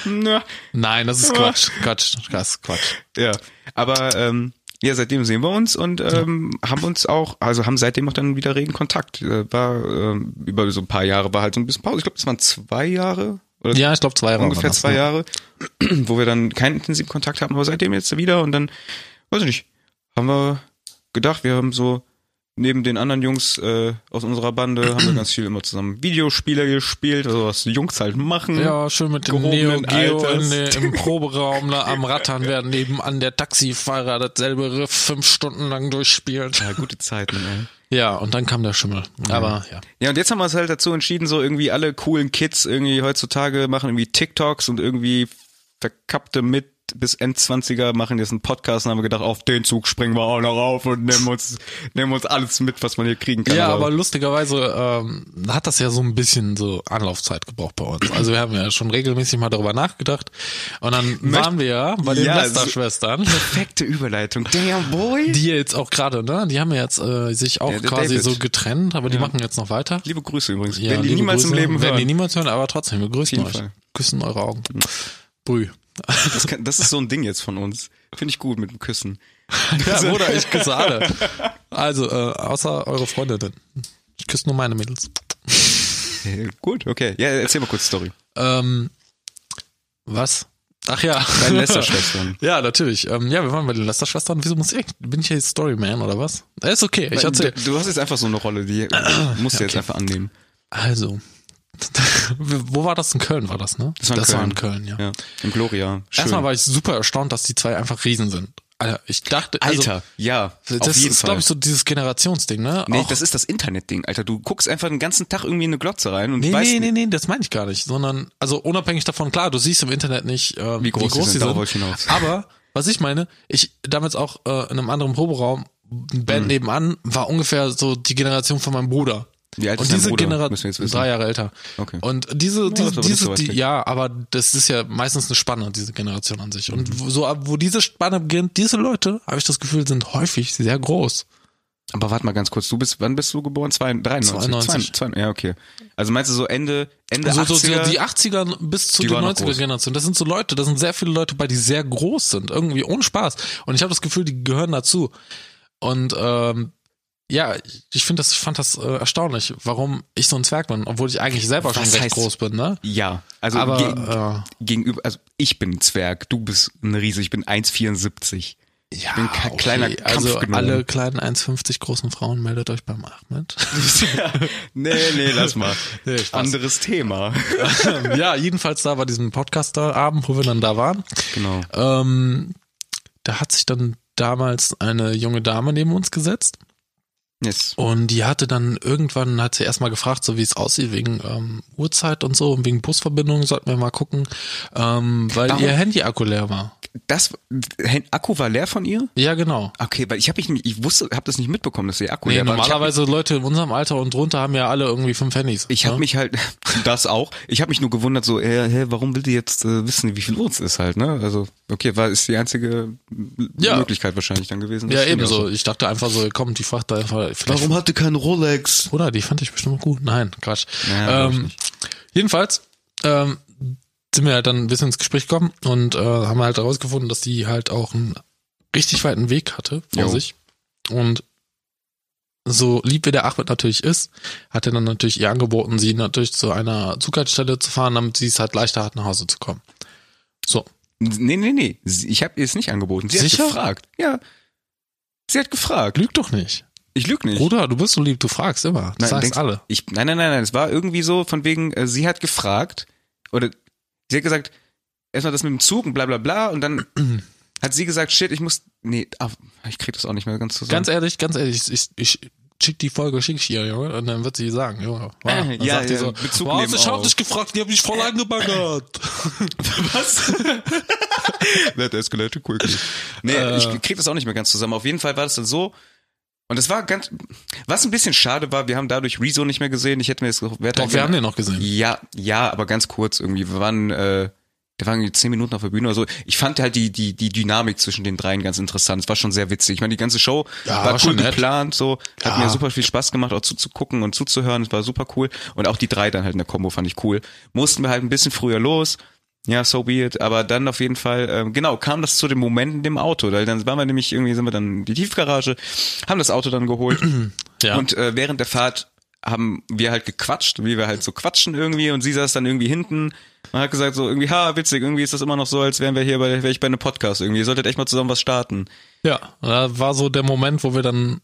Na, Nein, das ist Aber- Quatsch. Quatsch, das ist Quatsch. Ja, aber ähm, ja, seitdem sehen wir uns und ähm, haben uns auch, also haben seitdem auch dann wieder regen Kontakt. Äh, war ähm, über so ein paar Jahre war halt so ein bisschen Pause. Ich glaube, es waren zwei Jahre oder Ja, ich glaube zwei Jahre. ungefähr waren das, zwei ne? Jahre, wo wir dann keinen intensiven Kontakt hatten, aber seitdem jetzt wieder und dann, weiß ich nicht, haben wir gedacht, wir haben so neben den anderen Jungs äh, aus unserer Bande haben wir ganz viel immer zusammen Videospiele gespielt, also was die Jungs halt machen. Ja, schön mit dem Neo Gehobenen Geo in, Alters. der- im Proberaum da am Rattern werden nebenan der Taxifahrer dasselbe Riff fünf Stunden lang durchspielt. Ja, gute Zeiten, ey. Ja, und dann kam der Schimmel. Aber ja. Ja, und jetzt haben wir uns halt dazu entschieden, so irgendwie alle coolen Kids irgendwie heutzutage machen irgendwie TikToks und irgendwie verkappte mit bis Endzwanziger machen jetzt einen Podcast und haben gedacht, auf den Zug springen wir auch noch auf und nehmen uns, nehmen uns alles mit, was man hier kriegen kann. Ja, aber lustigerweise ähm, hat das ja so ein bisschen so Anlaufzeit gebraucht bei uns. Also wir haben ja schon regelmäßig mal darüber nachgedacht und dann waren wir ja bei den Ja, so- Lästerschwestern, perfekte Überleitung. Damn, boy. die jetzt auch gerade, ne, die haben ja jetzt äh, sich auch Der- der quasi David. so getrennt, aber die machen jetzt noch weiter. Liebe Grüße übrigens. Ja, wenn die liebe niemals Grüße. im Leben Wenn hören. die niemals hören, aber trotzdem, wir grüßen jeden euch. Fall. Mhm. Küssen eure Augen. Brüh. Das, kann, das ist so ein Ding jetzt von uns. Finde ich gut mit dem Küssen. Ja, Bruder, ich küsse alle. Also, äh, außer eure Freundinnen. Ich küsse nur meine Mädels. Äh, Gut, okay. Ja, erzähl mal kurz die Story. Ähm, was? Ach ja. Deine Lästerschwestern. ja, natürlich. Ähm, ja, wir waren bei den Lästerschwestern. Wieso muss ich? Bin ich hier jetzt Storyman oder was? Ja, Ist okay, ich erzähl. Du, du hast jetzt einfach so eine Rolle, die musst du jetzt einfach annehmen. Also, wo war das? In Köln war das, ne? Das war in Köln. in Köln, ja. Ja, im Gloria. Schön. Erstmal war ich super erstaunt, dass die zwei einfach Riesen sind. Alter, ich dachte, Alter, also, ja, Das auf jeden ist, Fall. glaube ich, so dieses Generationsding, ne? nee, Auch- das ist das Internetding, Alter. Du guckst einfach den ganzen Tag irgendwie in eine Glotze rein und nee, weißt nee, nicht, nee, nee, das meine ich gar nicht, sondern, also unabhängig davon, klar, du siehst im Internet nicht, äh, wie groß groß, die sind, die darauf sind, wollte ich hinaus. aber was ich meine, ich damals auch äh, in einem anderen Proberaum, eine Band Mhm. nebenan, war ungefähr so die Generation von meinem Bruder. Wie alt und ist dein diese Bruder? Müssen wir jetzt Generation, wissen. drei Jahre älter. Okay. Und diese, das ist diese, aber nicht diese so weit die, weg. ja, aber das ist ja meistens eine Spanne, diese Generation an sich. Und Mhm. wo- so, ab- wo diese Spanne beginnt, diese Leute, habe ich das Gefühl, sind häufig sehr groß. Aber warte mal ganz kurz, du bist, wann bist du geboren? 92, 92. 92. ja, okay. Also meinst du so Ende, Ende So, 80er? Also so, so die 80er bis zu Die den waren noch 90er groß. Generation. Das sind so Leute, das sind sehr viele Leute bei, die sehr groß sind, irgendwie ohne Spaß. Und ich habe das Gefühl, die gehören dazu. Und ähm, ja, ich finde das, ich fand das äh, erstaunlich, warum ich so ein Zwerg bin, obwohl ich eigentlich selber schon Was recht heißt- groß bin, ne? ja, also Aber, äh, ge gegenüber, also ich bin ein Zwerg, du bist ein Riese, ich bin 1,74. Ja, bin ke- kleiner also Kampfgnom. alle kleinen 1,50 großen Frauen meldet euch beim Ahmed. nee, nee, lass mal. Nee, Spaß. Anderes Thema. ähm, ja, jedenfalls da bei diesem Podcaster-Abend, wo wir dann da waren. Genau. Ähm, da hat sich dann damals eine junge Dame neben uns gesetzt Yes. und die hatte dann irgendwann, hat sie erstmal gefragt, so wie es aussieht, wegen ähm, Uhrzeit und so und wegen Busverbindung, sollten wir mal gucken, ähm, weil Warum? ihr Handy-Akku leer war. Das, dein Akku war leer von ihr? Ja, genau. Okay, weil ich habe ich nämlich, ich wusste, habe das nicht mitbekommen, dass ihr Akku Nee, leer war. Oh Ich hab normalerweise Leute in unserem Alter und drunter haben ja alle irgendwie fünf Handys. Ich habe ne? mich halt, das auch, ich habe mich nur gewundert, so, äh, hä, warum will die jetzt äh, wissen, wie viel Uhr es ist halt, ne? Also, okay, war ist die einzige M- Ja. Möglichkeit wahrscheinlich dann gewesen. Ja, Das stimmt ebenso. auch Ich dachte einfach so, komm, die fragt da einfach. vielleicht- Warum hatte kein Rolex? Oder die fand ich bestimmt gut. Nein, Quatsch. Naja, glaub ich ähm, jedenfalls ähm, sind wir halt dann ein bisschen ins Gespräch gekommen und äh, haben halt herausgefunden, dass die halt auch einen richtig weiten Weg hatte vor Jo. sich. Und so lieb wie der Achmed natürlich ist, hat er dann natürlich ihr angeboten, sie natürlich zu einer Zughaltestelle zu fahren, damit sie es halt leichter hat, nach Hause zu kommen. So, Nee, nee, nee, sie- ich habe ihr es nicht angeboten. Sie Sicher? hat gefragt. Ja. Sie hat gefragt. lüg doch nicht. Ich lüg nicht. Bruder, du bist so lieb, du fragst immer. Du Nein, sagst denkst- alle. Ich, nein, nein, nein, nein, es war irgendwie so von wegen, äh, sie hat gefragt oder sie hat gesagt, erstmal das mit dem Zug und bla bla bla und dann hat sie gesagt, shit, ich muss, nee, ah, ich krieg das auch nicht mehr ganz zusammen. Ganz ehrlich, ganz ehrlich, ich, ich, ich schick die Folge, schick ich ihr, Junge, und dann wird sie sagen, Junge, wow. Äh, Dann ja, sagt sie ja, so, Bezug wow, nehmen ich hab auf. dich gefragt, die haben mich voll angebaggert. Was? That escalated quickly. Nee, Äh. ich krieg das auch nicht mehr ganz zusammen. Auf jeden Fall war das dann so. Und es war ganz, was ein bisschen schade war, wir haben dadurch Rezo nicht mehr gesehen. Ich hätte mir das Wert Doch, wir haben den noch gesehen. Ja, ja, aber ganz kurz irgendwie. Wir waren, äh, der waren irgendwie zehn Minuten auf der Bühne oder so. Ich fand halt die, die, die Dynamik zwischen den dreien ganz interessant. Es war schon sehr witzig. Ich meine, die ganze Show Ja, war war schon cool nett. geplant, so. Hat Ja. mir super viel Spaß gemacht, auch zuzugucken und zuzuhören. Es war super cool. Und auch die drei dann halt in der Combo fand ich cool. Mussten wir halt ein bisschen früher los. Ja, so be it. Aber dann auf jeden Fall, ähm, genau, kam das zu dem Moment in dem Auto. Weil dann waren wir nämlich irgendwie, sind wir dann in die Tiefgarage, haben das Auto dann geholt. Ja. Und äh, während der Fahrt haben wir halt gequatscht, wie wir halt so quatschen irgendwie und sie saß dann irgendwie hinten und hat gesagt so irgendwie, ha, witzig, irgendwie ist das immer noch so, als wären wir hier bei, wäre ich bei einem Podcast irgendwie. Ihr solltet echt mal zusammen was starten. ja, und da war so der Moment, wo wir dann,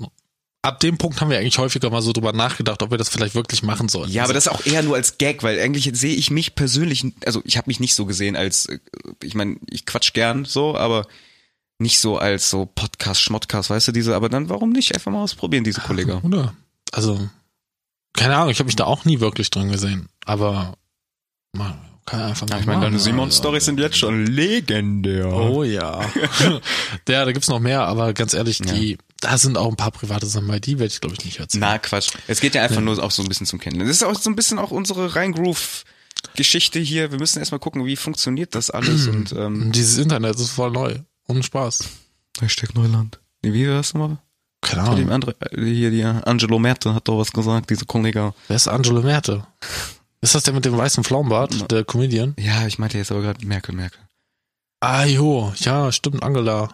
ab dem Punkt haben wir eigentlich häufiger mal so drüber nachgedacht, ob wir das vielleicht wirklich machen sollen. Also, Ja, aber das auch eher nur als Gag, weil eigentlich sehe ich mich persönlich, also ich habe mich nicht so gesehen als, äh, ich meine, ich quatsch gern so, aber nicht so als so Podcast, Schmottcast, weißt du, diese, aber dann warum nicht einfach mal ausprobieren, diese Kollege. Oder? Also, keine Ahnung, ich habe mich da auch nie wirklich drin gesehen, aber, man, Kann er einfach Ja, mal ich meine, deine machen, also. Simon-Stories sind jetzt schon legendär. Oh ja. ja, da gibt's noch mehr, aber ganz ehrlich, die, da sind auch ein paar private Sachen bei, die werde ich glaube ich nicht erzählen. Na, Quatsch. Es geht ja einfach nur auch so ein bisschen zum Kennenlernen. Das ist auch so ein bisschen auch unsere Reingroove-Geschichte hier. Wir müssen erstmal gucken, wie funktioniert das alles und ähm, Dieses Internet ist voll neu. Ohne Spaß. Hashtag Neuland. Nee, Wie war das nochmal? Keine Von dem Ahnung. andere, äh, hier, die Angelo Merte hat doch was gesagt, diese Kollege. Wer ist Angelo Merte? Ist das der mit dem weißen Flaumbart, der Comedian? Ja, ich meinte jetzt aber gerade Merkel, Merkel. Ah jo, ja, stimmt, Angela.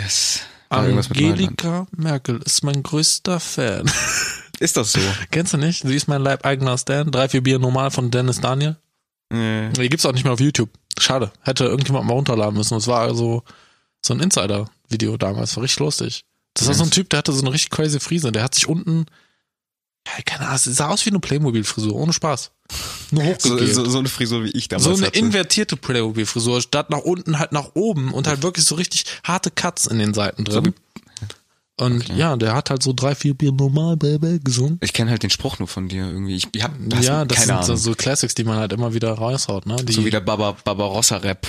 Yes. War irgendwas mit Neuland. Angelika Merkel ist mein größter Fan. Ist das so? Kennst du nicht? Sie ist mein leibeigener Stan. Drei, vier Bier normal von Dennis Daniel. Äh, Die gibt's auch nicht mehr auf YouTube. Schade. Hätte irgendjemand mal runterladen müssen. Es war also so ein Insider-Video damals. War richtig lustig. Das war so ein Typ, der hatte so eine richtig crazy Frise. Der hat sich unten, ja, keine Ahnung, es sah aus wie eine Playmobil-Frisur. Ohne Spaß. Nur so, hochgegelt. so, so eine Frisur wie ich damals So eine hatte. invertierte Playmobil-Frisur, statt nach unten halt nach oben und halt wirklich so richtig harte Cuts in den Seiten So drin. und ja, der hat halt so drei, vier Bier normal, Baby, gesungen. ich kenne halt den Spruch nur von dir irgendwie. Ich, ich hab, das, ja, ja, das keine sind Ahnung. so, so Classics, die man halt immer wieder raushaut, ne? Die, so wie der Baba, Barbarossa-Rap.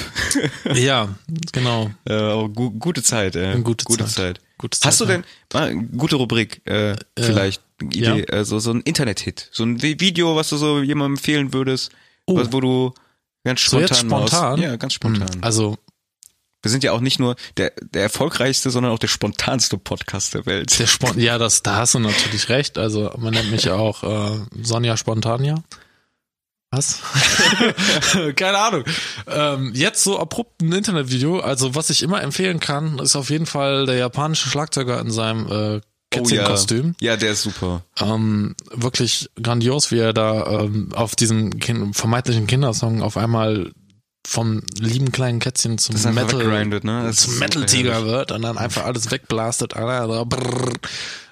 ja, genau. Äh, aber gu gute Zeit, äh, Eine gute Zeit. Zeit. Gute Hast Zeit, du denn, mal, gute Rubrik, äh, vielleicht, ja. Idee, äh, so, so ein Internet-Hit, so ein Vi- Video, was du so jemandem empfehlen würdest, was, wo du ganz So Oh. spontan, Hm. jetzt mal spontan? Aus, ja, ganz spontan. Also, Wir sind ja auch nicht nur der, der erfolgreichste, sondern auch der spontanste Podcast der Welt. der Spont ja, das, da hast du natürlich recht. Also, man nennt mich ja auch äh, Sonja Spontania. Was? Keine Ahnung. Ähm, jetzt so abrupt ein Internetvideo. Also, was ich immer empfehlen kann, ist auf jeden Fall der japanische Schlagzeuger in seinem äh, Kätzchenkostüm. ja. ja, der ist super. ähm, wirklich grandios, wie er da ähm, auf diesem kind vermeintlichen Kindersong auf einmal vom lieben kleinen Kätzchen zum Das ist einfach Metal gegrindet, ne? Das zum ist Äh, Metal Tiger wird und dann einfach alles wegblastet, Alter, so brrr.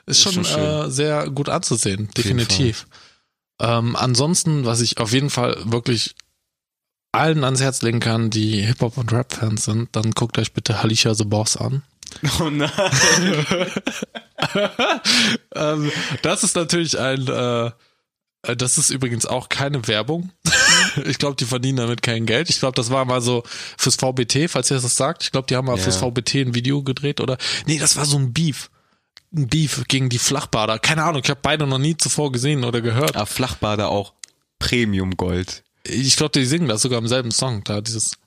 ist schon, schon schön. äh, sehr gut anzusehen, jeden definitiv. Ähm, ansonsten, was ich auf jeden Fall wirklich allen ans Herz legen kann, die Hip Hop und Rap Fans sind, dann guckt euch bitte Halisha the Boss an. Oh nein. ähm, das ist natürlich ein, äh, äh, das ist übrigens auch keine Werbung. Mhm. ich glaube, die verdienen damit kein Geld. Ich glaube, das war mal so fürs VBT, falls ihr das sagt. Ich glaube, die haben mal Ja. fürs VBT ein Video gedreht oder, nee, das war so ein Beef. Ein Beef gegen die Flachbader. Keine Ahnung, ich habe beide noch nie zuvor gesehen oder gehört. Ah, Flachbader auch Premium Gold. Ich glaube, die singen das sogar im selben Song, da dieses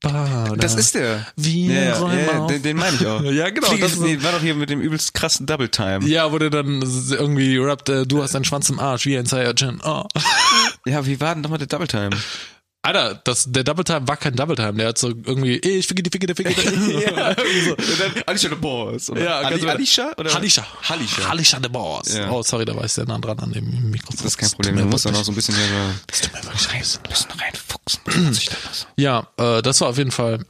Flachbader. Das ist der. Wie Ja, ja, ja, Räume ja, ja, auf. den, den meine ich auch. Ja, genau, Fliege, das ist- nee, war doch hier mit dem übelst krassen Double Time. Ja, wurde dann irgendwie rappt, äh, du hast einen Schwanz im Arsch, wie ein Saiyajin. Oh. Ja, wie war denn nochmal der Double Time? Alter, das, der Double Time war kein Double Time, der hat so irgendwie, eh, ich ficke die, ficke die, ficke die. Irgendwie so. Und dann Alicia the Boss. Oder Ja, Ali, ganz Alicia? Oder? Halisha. Halisha. Halisha the Boss. Ja. Oh, sorry, da war ich sehr nah dran an dem Mikrofon. Das ist kein Es tut Problem. mir Du musst dann wirklich- auch so ein bisschen hier so es tut mir wirklich leid. ein bisschen reinfuchsen. was ich da mache. Ja, äh, das war auf jeden Fall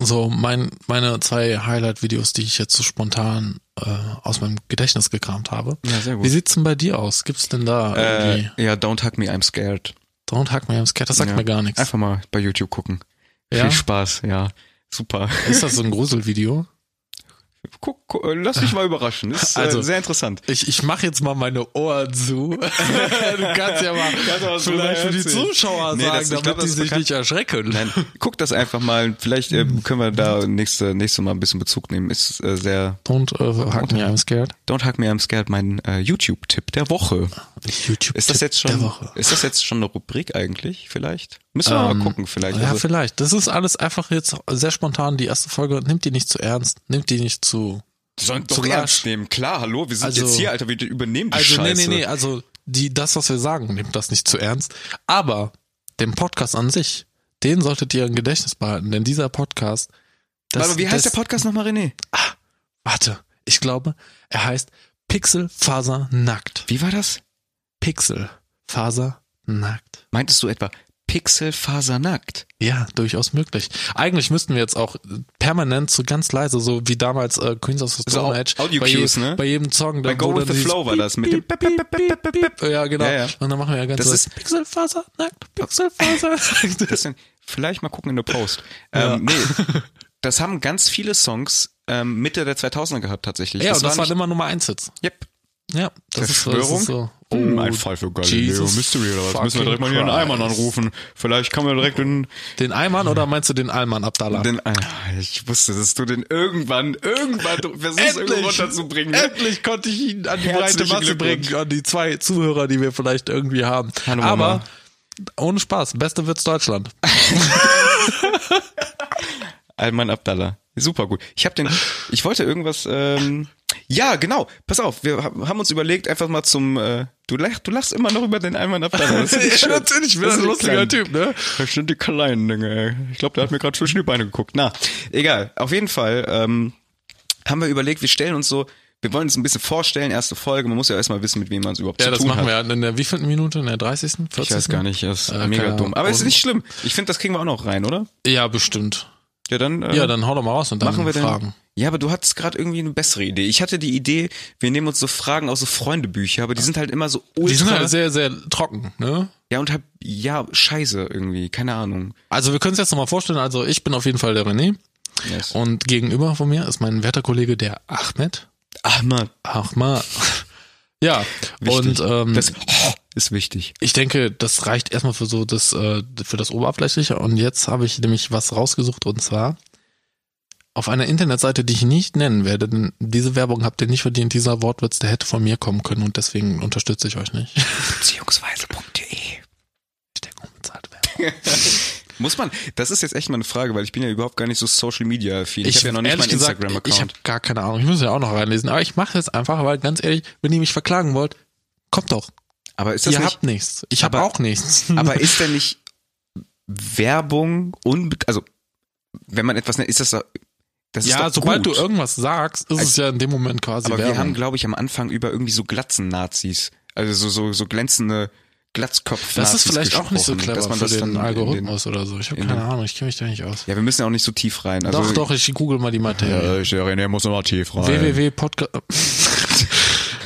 so mein, meine zwei Highlight-Videos, die ich jetzt so spontan äh, aus meinem Gedächtnis gekramt habe. Ja, sehr gut. Wie sieht's denn bei dir aus? Gibt's denn da Äh, irgendwie? ja, Don't Hug Me, I'm Scared. Don't hack me, I'm scared, das sagt ja. mir gar nichts. Einfach mal bei YouTube gucken. Ja? Viel Spaß, ja. Super. Ist das so ein Gruselvideo? Guck, guck, äh, lass dich mal überraschen. Ist äh, Also- sehr interessant. Ich, ich mache jetzt mal meine Ohren zu. du kannst ja mal Kannst aber was vielleicht für drüber die erzählen. Zuschauer Nee, das- sagen, ich damit glaub, das die ist sich bekannt. nicht erschrecken. Nein, guck das einfach mal. Vielleicht äh, können wir da nächste, nächstes Mal ein bisschen Bezug nehmen. Ist äh, sehr. Und äh, hack me, I'm scared. Don't Hug Me, I'm Scared, mein äh, YouTube-Tipp der Woche. YouTube Ist das jetzt der schon? Woche. Ähm, Ist das jetzt schon eine Rubrik eigentlich? Vielleicht? Müssen wir mal gucken, vielleicht. Ja, Also, vielleicht. Das ist alles einfach jetzt sehr spontan. Die erste Folge nimmt die nicht zu ernst, nimmt die nicht zu. wir sollen zu doch lasch. ernst nehmen. Klar, hallo, wir sind Also- jetzt hier, Alter, wir übernehmen die Also Scheiße. nee, nee, nee. Also die, das, was wir sagen, nimmt das nicht zu ernst. Aber den Podcast an sich, den solltet ihr im Gedächtnis behalten, denn dieser Podcast. das- Aber wie heißt das- der Podcast nochmal, René? Warte, ich glaube, er heißt Pixelfaser nackt. Wie war das? Pixelfaser nackt. Meintest du etwa Pixelfasernackt? Ja, durchaus möglich. Eigentlich müssten wir jetzt auch permanent so ganz leise, so wie damals äh, Queens of the So Stone Also au- Age, Audio bei, je- Cues, ne? bei jedem Song. Bei Dann, Go wo With dann the dieses Flow war das mit dem Piep, Piep, Piep, Piep, Piep, Piep. Ja, genau. Ja, ja. Und dann machen wir ja ganz Das so, ist- Pixelfaser nackt, Pixelfaser nackt. Das sind, vielleicht mal gucken in der Post. Ähm, Nee, das haben ganz viele Songs ähm, Mitte der 2000er gehabt tatsächlich. ja, und das war waren immer Nummer 1 Hits. nicht, yep, Ja, das ist, so- das Verschwörung? ist so. Hm, ein Fall für Galileo Oh, Jesus Mystery oder was? Müssen wir fucking direkt mal hier einen Eimann Christ. anrufen. Vielleicht kann man direkt in Den Eimann oder meinst du den Allmann Abdallah? den, ah, ich wusste, dass du den irgendwann, irgendwann du versuchst, irgendwo runterzubringen. ne? Endlich konnte ich ihn an die breite Herzlichen Masse Glückwunsch. bringen, an die zwei Zuhörer, die wir vielleicht irgendwie haben. Hallo, Aber Mama. ohne Spaß, beste Witz Deutschland. Alman Äh, Abdallah. Super gut. Ich habe den, ich wollte irgendwas, ähm, ja, genau. Pass auf, wir ha- haben uns überlegt, einfach mal zum, äh, du lachst, du lachst immer noch über den Alman Abdallah. Das ist schön. bin Das ein sind die eh lustiger kleinen- Typ, ne? Das sind die kleinen Dinge. ey. Ich glaube, der hat mir gerade zwischen die Beine geguckt. Na, egal. Auf jeden Fall ähm, haben wir überlegt, wir stellen uns so, wir wollen uns ein bisschen vorstellen, erste Folge. Man muss ja erstmal wissen, mit wem man es überhaupt Ja, zu das tun machen hat. wir in der wievielten Minute? In der 30., 40.? Ich weiß gar nicht, das ist Äh, keine mega Ahnung. dumm. Aber es ist Und- nicht schlimm. Ich finde, das kriegen wir auch noch rein, oder? Ja, bestimmt. Ja, dann. Äh, Ja, dann hau doch mal raus und dann machen wir den. Fragen. Ja, aber du hattest gerade irgendwie eine bessere Idee. Ich hatte die Idee, wir nehmen uns so Fragen aus so Freundebücher, aber die sind halt immer so ultra. Die sind halt sehr, sehr trocken, ne? ja, und halt, ja, scheiße irgendwie. Keine Ahnung. Also wir können es jetzt nochmal vorstellen. Also ich bin auf jeden Fall der René Yes. und gegenüber von mir ist mein werter Kollege der Ahmed. Ach, Mann. Ahmad. Ja, Wichtig. und ähm, Das ist wichtig. ich denke, das reicht erstmal für so das äh, für das Oberflächliche. Und jetzt habe ich nämlich was rausgesucht und zwar auf einer Internetseite, die ich nicht nennen werde, denn diese Werbung habt ihr nicht verdient. Dieser Wortwitz, der hätte von mir kommen können und deswegen unterstütze ich euch nicht. Beziehungsweise.de. Ich denke, unbezahlte Werbung. Muss man, das ist jetzt echt mal eine Frage, weil ich bin ja überhaupt gar nicht so Social Media viel. Ich, hab ja noch nicht ehrlich meinen gesagt, Ich habe Instagram-Account. gar keine Ahnung. Ich muss ja auch noch reinlesen. Aber ich mache jetzt einfach, weil ganz ehrlich, wenn ihr mich verklagen wollt, kommt doch. Aber ist das Ihr nicht, habt nichts. Ich habe Aber- auch nichts. aber ist denn nicht Werbung unbe also wenn man etwas nennt, ist das doch- das ist ja, doch sobald gut. du irgendwas sagst, ist es Also- ja in dem Moment quasi Aber Werbung. wir haben, glaube ich, am Anfang über irgendwie so glatzen Nazis, also so so, so glänzende Glatzkopf. das ist vielleicht auch nicht so clever dass man für das dann den in Algorithmus oder so. Ich habe in keine den- Ahnung, ich kenne mich da nicht aus. ja, wir müssen ja auch nicht so tief rein. Also, doch, doch, ich google mal die Materie. Ja, ich, der René muss nochmal tief rein. www.podcast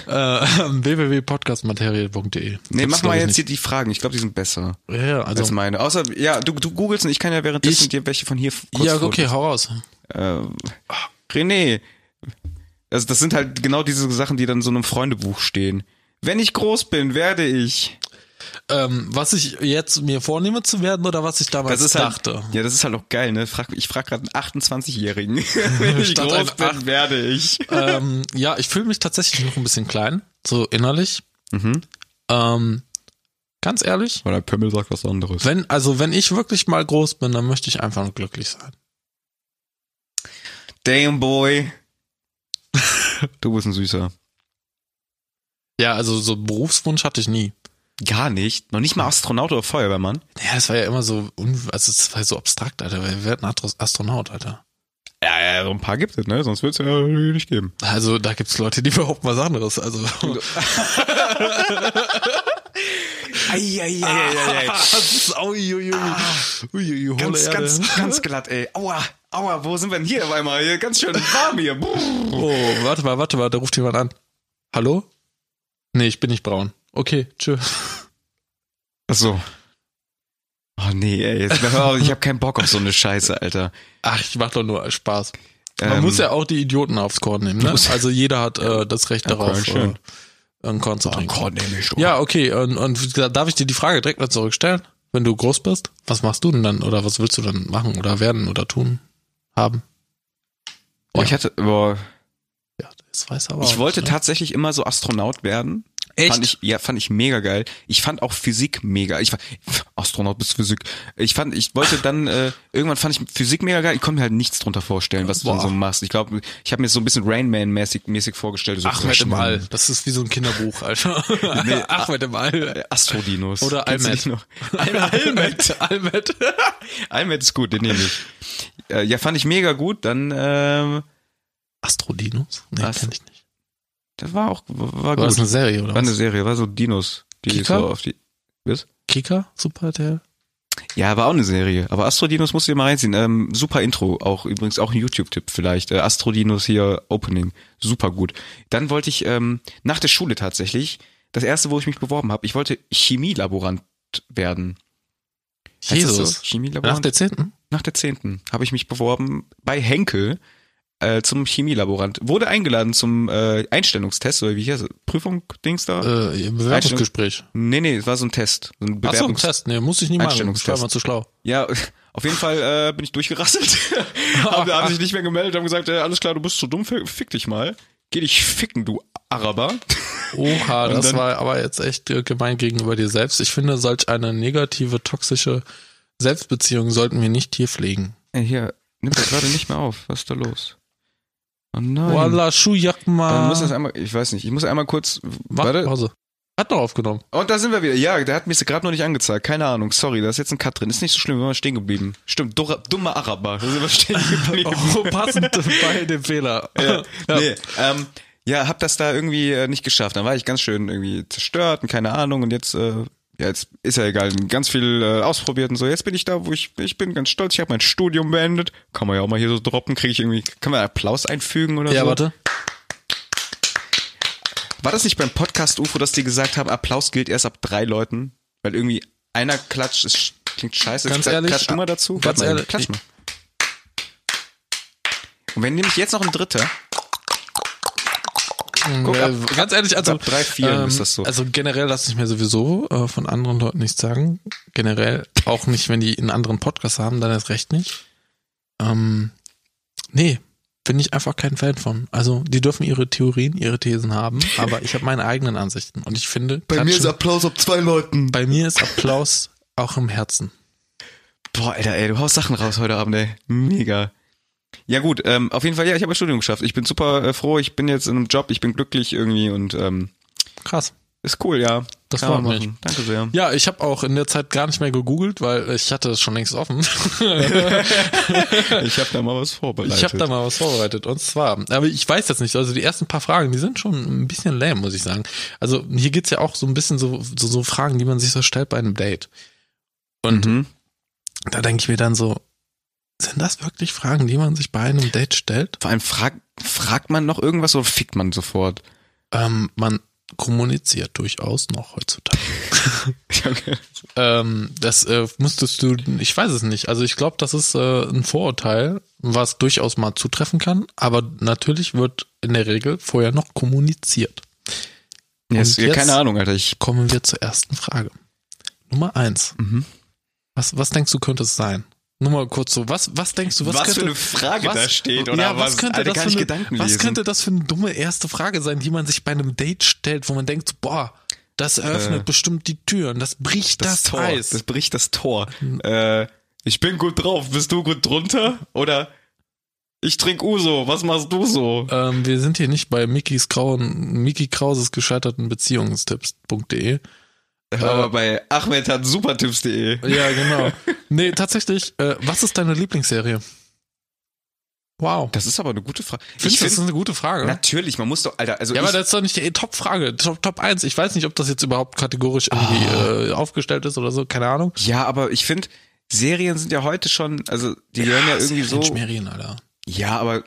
äh, www.podcastmaterie.de nee, Gibt's, mach glaub mal ich, jetzt hier die Fragen. Ich glaube, die sind besser nicht. Ja, als also meine. Außer, ja, du, du googelst und ich kann ja währenddessen Ich- dir welche von hier f- kurz ja, vor- okay, hau raus. äh, René. Also das sind halt genau diese Sachen, die dann in so einem Freundebuch stehen. Wenn ich groß bin, werde ich. Ähm, was ich jetzt mir vornehme zu werden oder was ich damals Das ist halt, dachte. ja, das ist halt auch geil, ne? Frag, ich frage gerade einen 28-Jährigen. Wenn ich Statt groß ein bin, Acht- werde ich. ähm, ja, ich fühle mich tatsächlich noch ein bisschen klein, so innerlich. Mhm. Ähm, ganz ehrlich, Oder Pömmel sagt was anderes. Wenn, also wenn ich wirklich mal groß bin, dann möchte ich einfach nur glücklich sein. Damn boy. du bist ein Süßer. Ja, also so Berufswunsch hatte ich nie. Gar nicht. Noch nicht mal Astronaut oder Feuerwehrmann. Ja, das war ja immer so, un also das war so abstrakt, Alter. Wir werden Astro- Astronaut, Alter. Ja, ja, so ein paar gibt es, ne? Sonst wird es ja nicht geben. Also da gibt's Leute, die behaupten was anderes. Also Eieieiei. Ah. Ganz, ganz, ganz glatt, ey. Aua, aua, wo sind wir denn hier auf einmal? Hier, ganz schön warm hier. Brrr. Oh, warte mal, warte mal, da ruft jemand an. Hallo? Nee, ich bin nicht braun. Okay, tschö. Ach so. Oh nee, ey, jetzt, hör auf, ich habe keinen Bock auf so eine Scheiße, Alter. Ach, ich mach doch nur Spaß. Man Ähm, muss ja auch die Idioten aufs Korn nehmen, ne? Also jeder hat äh, das Recht darauf, Korn, äh, schön. Ah, ein Korn Oh zu trinken. nehme ich Ja. Ja, okay. Und, und da- darf ich dir die Frage direkt mal zurückstellen? Wenn du groß bist, was machst du denn dann? Oder was willst du dann machen oder werden oder tun? Haben? Oh, ich hatte, boah, Ja, das weiß aber ich auch wollte nicht, ne? tatsächlich immer so Astronaut werden. Fand ich, ja, fand ich mega geil. Ich fand auch Physik mega. Ich war, Astronaut bis Physik. Ich fand, ich wollte dann, äh, irgendwann fand ich Physik mega geil. Ich konnte mir halt nichts drunter vorstellen, was du dann Boah. so machst. Ich glaube, ich habe mir so ein bisschen Rain Man mäßig, mäßig vorgestellt. So Achmed im Freshman. All. Das ist wie so ein Kinderbuch, Alter. nee, Achmed im All. Astrodinos. Oder Äh, Kennst du Almet. die noch? Almet. Almet. Almet ist gut, den nehme ich. Äh, ja, fand ich mega gut. Dann, ähm, Astrodinos? Nee, Ast- kenn ich nicht. das war auch, war War gut. das eine Serie oder War eine was? Serie, war so Dinos, die Kika? so auf die. Kika? Super, der. Ja, war auch eine Serie. Aber Astrodinos musst du dir mal reinziehen. Ähm, super Intro, auch übrigens auch ein YouTube-Tipp vielleicht. Äh, Astrodinos hier Opening, super gut. Dann wollte ich ähm, nach der Schule tatsächlich das erste, wo ich mich beworben habe, ich wollte Chemielaborant werden. Heißt das Jesus. So? Chemielaborant. Nach der zehnten? Nach der zehnten habe ich mich beworben bei Henkel äh, zum Chemielaborant. Wurde eingeladen zum äh, Einstellungstest oder wie hieß das? Prüfung, Dings da? Äh, Bewerbungsgespräch. Nee, nee, es war so ein Test. So ein Achso, ein Bewerbungs- Test. Nee, muss ich nie machen. Ich war Einstellungstest. mal zu schlau. Ja, auf jeden Fall äh, bin ich durchgerasselt. haben, haben sich nicht mehr gemeldet, haben gesagt, äh, alles klar, du bist zu dumm, fick fick dich mal. Geh dich ficken, du Araber. Oha, Und das dann- war aber jetzt echt äh, gemein gegenüber dir selbst. Ich finde, solch eine negative, toxische Selbstbeziehung sollten wir nicht hier pflegen. Ey, hier, nimm das gerade nicht mehr auf. Was ist da los? Oh nein. Walla, Dann muss das Schujakma. einmal, ich weiß nicht, ich muss einmal kurz, Warte. warte. Pause. Hat doch aufgenommen. Und da sind wir wieder. Ja, der hat mir es gerade noch nicht angezeigt. Keine Ahnung, sorry, da ist jetzt ein Cut drin. Ist nicht so schlimm, wir waren stehen geblieben. Stimmt, dora- dumme Araber. Da sind wir stehen geblieben. Oh, passend bei dem Fehler. ja. Ja. Nee, ähm, ja, hab das da irgendwie äh, nicht geschafft. Dann war ich ganz schön irgendwie zerstört und keine Ahnung und jetzt, äh, ja, jetzt ist ja egal, ganz viel äh, ausprobiert und so. Jetzt bin ich da, wo ich, ich bin ganz stolz, ich habe mein Studium beendet. Kann man ja auch mal hier so droppen, kriege ich irgendwie, kann man Applaus einfügen oder ja, so? warte. War das nicht beim Podcast UFO, dass die gesagt haben, Applaus gilt erst ab drei Leuten? Weil irgendwie einer klatscht, es sch- klingt scheiße. Ganz Kla- ehrlich, Klatsch du mal dazu? ganz Warte mal, ehrlich, Klatsch mal. Und wenn nämlich jetzt noch ein Dritter, Guck, Äh, ab- ganz ehrlich, also ab drei, vier ist das so. Also generell lasse ich mir sowieso äh, von anderen Leuten nichts sagen. Generell auch nicht, wenn die einen anderen Podcast haben, dann erst recht nicht. Ähm, nee, bin ich einfach kein Fan von. Also die dürfen ihre Theorien, ihre Thesen haben, aber ich habe meine eigenen Ansichten und ich finde, Klatschen- Applaus ab zwei Leuten. bei mir ist Applaus auch im Herzen. Boah, Alter, ey, du haust Sachen raus heute Abend, ey. Mega. Ja gut, ähm, auf jeden Fall, ja, ich habe mein Studium geschafft. Ich bin super äh, froh, ich bin jetzt in einem Job, ich bin glücklich irgendwie und ähm, Krass. ist cool, ja. Das Kann man freut mich. machen. Danke sehr. Ja, ich habe auch in der Zeit gar nicht mehr gegoogelt, weil ich hatte es schon längst offen. Ich habe da mal was vorbereitet. Ich habe da mal was vorbereitet. Und zwar, aber ich weiß jetzt nicht, also die ersten paar Fragen, die sind schon ein bisschen lame, muss ich sagen. Also hier geht's ja auch so ein bisschen so, so, so Fragen, die man sich so stellt bei einem Date. Und mhm. da denke ich mir dann so, sind das wirklich Fragen, die man sich bei einem Date stellt? Vor allem frag, fragt man noch irgendwas oder fickt man sofort? Ähm, man kommuniziert durchaus noch heutzutage. Okay. Ähm, das äh, musstest du, ich weiß es nicht. Also ich glaube, das ist äh, ein Vorurteil, was durchaus mal zutreffen kann, aber natürlich wird in der Regel vorher noch kommuniziert. Jetzt, Und ja, keine jetzt- Ahnung, Alter. Ich, kommen wir zur ersten Frage. Nummer eins. Mhm. Was, was denkst du, könnte es sein? Nur mal kurz so, was, was denkst du, was, könnte, Frage was, ja, was, könnte das für eine, was könnte das für eine dumme erste Frage sein, die man sich bei einem Date stellt, wo man denkt, so, boah, das eröffnet Äh, bestimmt die Türen, das bricht das, das, Tor, Eis. das bricht das Tor. Äh, ich bin gut drauf, bist du gut drunter? Oder ich trink Uso, was machst du so? ähm, wir sind hier nicht bei Mickys grauen, Mickey Krauses gescheiterten Beziehungstipps.de. Aber bei Ahmed hat supertipps.de. Ja, genau. nee, tatsächlich, äh, was ist deine Lieblingsserie? Wow. Das ist aber eine gute Frage. Findest du, das ist eine gute Frage. natürlich, man muss doch, Alter, also Ja, ich, aber das ist doch nicht die Top-Frage. Top, Top 1. Ich weiß nicht, ob das jetzt überhaupt kategorisch irgendwie Ah. äh, aufgestellt ist oder so. Keine Ahnung. ja, aber ich finde, Serien sind ja heute schon, also die gehören ja irgendwie so. Schmerien, Alter. Ja, aber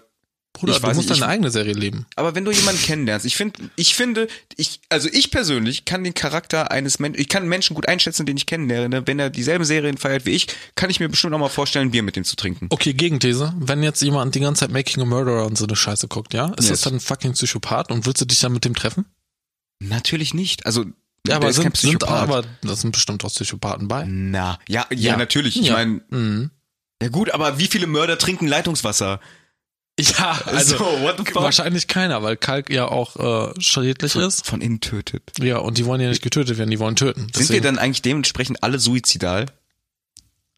Bruder, Ich du weiß musst nicht, deine eigene Serie leben. Aber wenn du jemanden kennenlernst, ich finde, ich finde, ich, also ich persönlich kann den Charakter eines Menschen, ich kann einen Menschen gut einschätzen, den ich kennenlerne. Wenn er dieselben Serien feiert wie ich, kann ich mir bestimmt auch mal vorstellen, ein Bier mit dem zu trinken. Okay, Gegenthese. Wenn jetzt jemand die ganze Zeit Making a Murderer und so eine Scheiße guckt, ja? Ist das Yes. dann ein fucking Psychopath und willst du dich dann mit dem treffen? Natürlich nicht. Also, Ja, der aber ist kein sind, sind Psychopath. aber, das sind bestimmt auch Psychopathen bei. na, ja, ja, Ja. natürlich. Ich Ja. meine, Mhm. ja gut, aber wie viele Mörder trinken Leitungswasser? Ja, also So, what the fuck? wahrscheinlich keiner, weil Kalk ja auch äh, schädlich ist. Von innen tötet. Ja, und die wollen ja nicht getötet werden, die wollen töten. Sind wir dann eigentlich dementsprechend alle suizidal?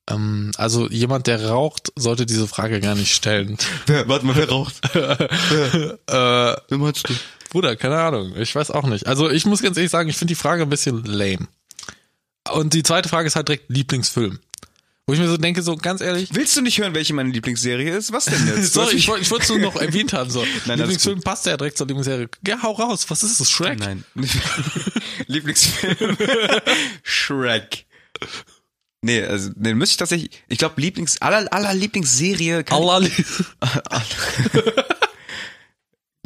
Ähm, also jemand, der raucht, sollte diese Frage gar nicht stellen. Wer, warte mal, wer raucht? äh, Wer meinst du? Bruder, keine Ahnung. Ich weiß auch nicht. Also ich muss ganz ehrlich sagen, ich finde die Frage ein bisschen lame. Und die zweite Frage ist halt direkt Lieblingsfilm. Wo ich mir so denke, so ganz ehrlich, Willst du nicht hören, welche meine Lieblingsserie ist? Was denn jetzt? sorry, ich, wollt- ich wollte es nur noch erwähnt haben. So. alles Lieblingsfilm passt ja direkt zur Lieblingsserie. Ja, hau raus, was ist das? Shrek? Nein. Lieblingsfilm. Shrek. Nee, also den müsste ich tatsächlich. Ich glaube, Lieblings aller aller Lieblingsserie. kann- Allah,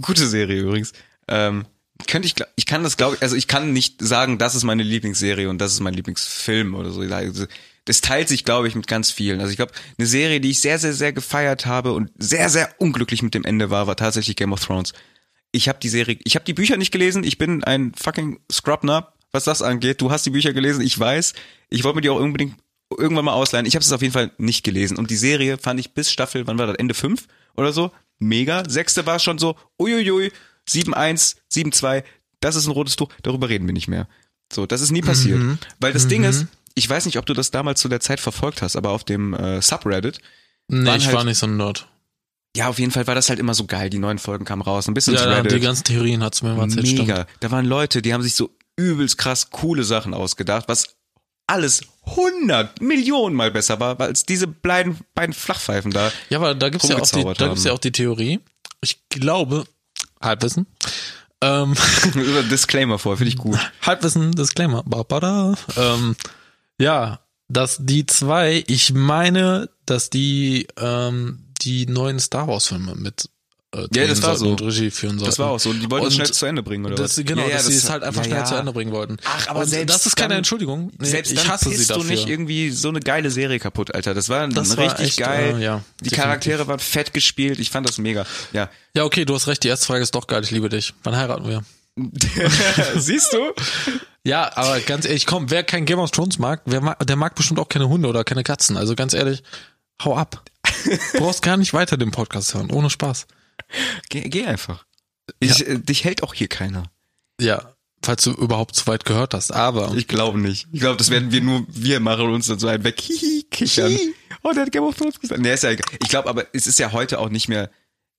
Gute Serie übrigens. Ähm, könnte ich, gla- ich kann das glaube ich, also ich kann nicht sagen, das ist meine Lieblingsserie und das ist mein Lieblingsfilm oder so. Also, Das teilt sich, glaube ich, mit ganz vielen. Also ich glaube, eine Serie, die ich sehr, sehr, sehr gefeiert habe und sehr, sehr unglücklich mit dem Ende war, war tatsächlich Game of Thrones. Ich habe die Serie, ich habe die Bücher nicht gelesen. Ich bin ein fucking Scrubnub, was das angeht. Du hast die Bücher gelesen, ich weiß. Ich wollte mir die auch unbedingt irgendwann mal ausleihen. Ich habe es auf jeden Fall nicht gelesen. Und die Serie fand ich bis Staffel, wann war das? Ende 5 oder so? Mega. Sechste war schon so, uiuiui, 7-1, 7-2, das ist ein rotes Tuch, darüber reden wir nicht mehr. So, das ist nie passiert. Mhm. Weil das Ding ist, ich weiß nicht, ob du das damals zu der Zeit verfolgt hast, aber auf dem äh, Subreddit, Nee, Waren ich halt- war nicht so ein Nerd. ja, auf jeden Fall war das halt immer so geil. Die neuen Folgen kamen raus, ein bisschen Ja, zu ja, Reddit. die ganzen Theorien hat's mir mal erzählt, stimmt. Mega. Da waren Leute, die haben sich so übelst krass coole Sachen ausgedacht, was alles 100 Millionen mal besser war, als diese beiden, beiden Flachpfeifen da. Ja, aber da gibt's ja auch die, rumgezaubert da gibt's ja haben. auch die Theorie. Ich glaube, Halbwissen. Ähm, Über Disclaimer vor, finde ich gut. Halbwissen, Disclaimer. Ba, ba, da. Ähm, ja, dass die zwei, ich meine, dass die ähm, die neuen Star Wars Filme mit äh, drehen das war sollten so. und Regie führen sollten. Das war auch so. Die wollten Und es schnell zu Ende bringen, oder Das, was? genau, Ja, ja, dass sie es halt einfach ja, schnell ja. zu Ende bringen wollten. Ach, aber und selbst das ist keine dann- Entschuldigung. Nee, Selbst ich dann hasse sie pisst dafür. du nicht irgendwie so eine geile Serie kaputt, Alter. Das war, Das war richtig echt, geil. äh, ja, die definitiv. Charaktere waren fett gespielt. Ich fand das mega. Ja. ja, okay, du hast recht. Die erste Frage ist doch geil. Ich liebe dich. Wann heiraten wir? Siehst du? Ja, aber ganz ehrlich, komm, wer kein Game of Thrones mag, wer mag, der mag bestimmt auch keine Hunde oder keine Katzen. Also ganz ehrlich, hau ab. Du brauchst gar nicht weiter den Podcast hören, ohne Spaß. Geh, geh einfach. Ich, äh, Dich hält auch hier keiner. Ja, falls du überhaupt zu weit gehört hast, aber Ich glaube nicht. Ich glaube, das werden wir nur, wir machen uns dann so ein weg, hihi, kichern. Hihi. Oh, der hat Game of Thrones gesagt. Nee, ist ja egal. Ich glaube, aber es ist ja heute auch nicht mehr,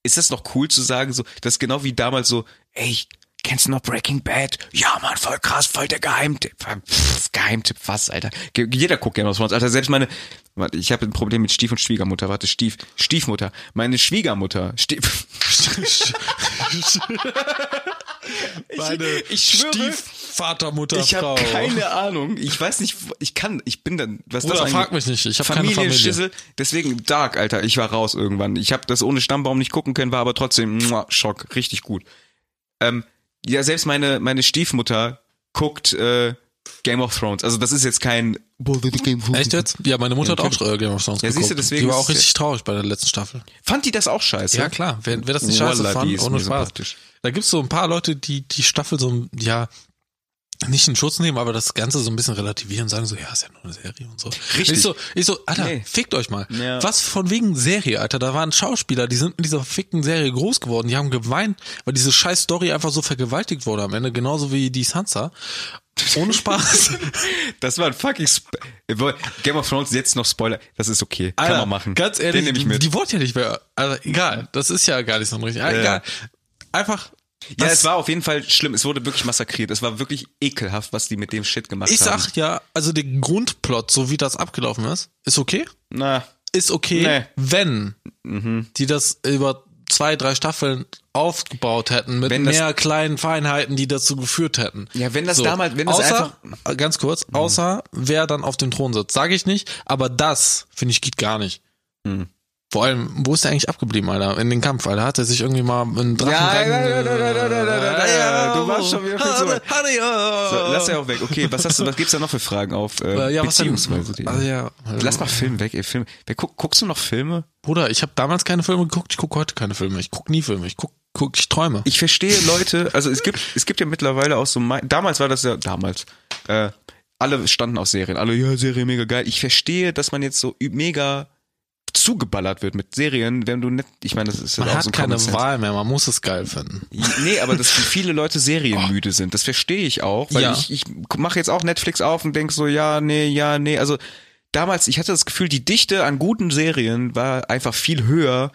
ist das noch cool zu sagen, so, das ist genau wie damals so, ey, kennst du noch Breaking Bad? Ja, Mann, voll krass, voll der Geheimtipp. Pff, Geheimtipp, was, Alter? Ge- Jeder guckt Game of Thrones, Alter. Selbst meine, warte, ich habe ein Problem mit Stief und Schwiegermutter. Warte, Stief, Stiefmutter. Meine Schwiegermutter. Stief, meine ich schwöre, Stiefvatermutter Ich Frau. habe keine Ahnung. Ich weiß nicht, wo- ich kann, ich bin dann, was Bruder, das frag mich nicht. Ich hab keine Familie. Familienschissel, deswegen Dark, Alter. Ich war raus irgendwann. Ich habe das ohne Stammbaum nicht gucken können, war aber trotzdem muah, Schock, richtig gut. Ähm, ja, selbst meine meine Stiefmutter guckt äh, Game of Thrones. Also das ist jetzt kein boah, the Game of Thrones. Echt jetzt? Ja, meine Mutter hat auch äh, Game of Thrones Ja, geguckt. siehst du, deswegen die war ist auch es- richtig traurig bei der letzten Staffel. Fand die das auch scheiße? Ja, klar. Wer, wer das nicht scheiße Wallah, die fand, ist ohne mir Spaß. sympathisch. Da gibt's so ein paar Leute, die die Staffel so, ein- ja, nicht in Schutz nehmen, aber das Ganze so ein bisschen relativieren und sagen so, ja, ist ja nur eine Serie und so. Richtig. Ich so, ich so Alter, Nee. fickt euch mal. Ja. Was von wegen Serie, Alter? Da waren Schauspieler, die sind in dieser fickten Serie groß geworden. Die haben geweint, weil diese scheiß Story einfach so vergewaltigt wurde am Ende. Genauso wie die Sansa. Ohne Spaß. Das war ein fucking Sp äh, Game of Thrones jetzt noch Spoiler. Das ist okay. Kann Alter, man machen. Ganz ehrlich, den nehme ich mit. die wollte ja nicht mehr. Also egal, das ist ja gar nicht so richtig. ja. Egal. Einfach. Ja, das- es war auf jeden Fall schlimm. Es wurde wirklich massakriert. Es war wirklich ekelhaft, was die mit dem Shit gemacht Ich haben. sag ja, also der Grundplot, so wie das abgelaufen ist, ist okay. na, Ist okay, Nee. wenn die das über zwei, drei Staffeln aufgebaut hätten mit Wenn das- mehr kleinen Feinheiten, die dazu geführt hätten. Ja, wenn das damals- wenn das außer, einfach ganz kurz, außer wer dann auf dem Thron sitzt, sage ich nicht, aber das finde ich geht gar nicht. Vor allem, wo ist der eigentlich abgeblieben, Alter? In den Kampf, Alter, hat er sich irgendwie mal in Drachen Ja, rein- ja, ja, ja, ja, ja, ja, ja, ja, du warst schon wieder viel zu weit. Honey, oh. so, lass ja auch weg. Okay, was hast du, was gibt's da noch für Fragen auf? Äh, ja, was denn? beziehungsweise die. Also, ja. Lass mal Film weg, ey, Film. Wer guck, guckst du noch Filme? Bruder, ich habe damals keine Filme geguckt, ich gucke heute keine Filme. Ich gucke nie Filme, ich guck, guck, ich träume. Ich verstehe Leute, also es gibt, es gibt ja mittlerweile auch so, mei- damals war das ja, damals, äh, alle standen auf Serien, alle, ja, Serie mega geil. Ich verstehe, dass man jetzt so ü- mega zugeballert wird mit Serien, wenn du nicht, ich meine, das ist ja man auch so hat ein keine Common Sense. Wahl mehr, man muss es geil finden. Nee, aber dass viele Leute serienmüde sind, das verstehe ich auch, weil Ja. ich, ich mache jetzt auch Netflix auf und denk so, ja, nee, ja, nee. Also damals, ich hatte das Gefühl, die Dichte an guten Serien war einfach viel höher,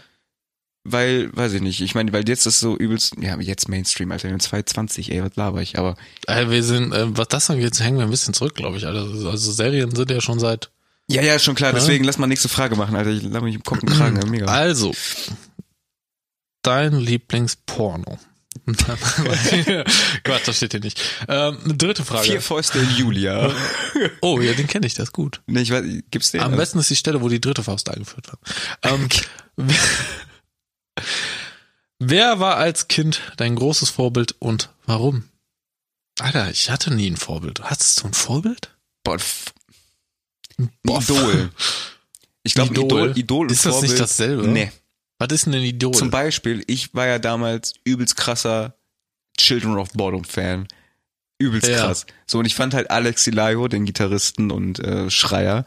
weil, weiß ich nicht, ich meine, weil jetzt ist so übelst, ja, jetzt Mainstream, Alter, wir haben 220, ey, was laber ich, aber Ey, wir sind, äh, was das angeht, hängen wir ein bisschen zurück, glaube ich. Also, also Serien sind ja schon seit. ja, ja, schon klar, deswegen lass mal nächste Frage machen, Alter, ich laber mich im Kopf und Kragen, ja, mega. Also, dein Lieblingsporno. Quatsch, das steht hier nicht. Ähm, dritte Frage. Vier Fäuste in Julia. Oh, ja, den kenne ich, der ist gut. nee, ich weiß, gibt's den? Am besten ist die Stelle, wo die dritte Faust eingeführt wird. Ähm, Wer war als Kind dein großes Vorbild und warum? Alter, ich hatte nie ein Vorbild. Hattest du ein Vorbild? Boah, f- Boah, Idol. Ich glaube, Idol. Idol, Idol und Ist das nicht Vorbild- dasselbe? Nee. Was ist denn ein Idol? Zum Beispiel, ich war ja damals übelst krasser Children of Bottom Fan. Übelst Ja. krass. So, und ich fand halt Alex Ilaio, den Gitarristen und äh, Schreier,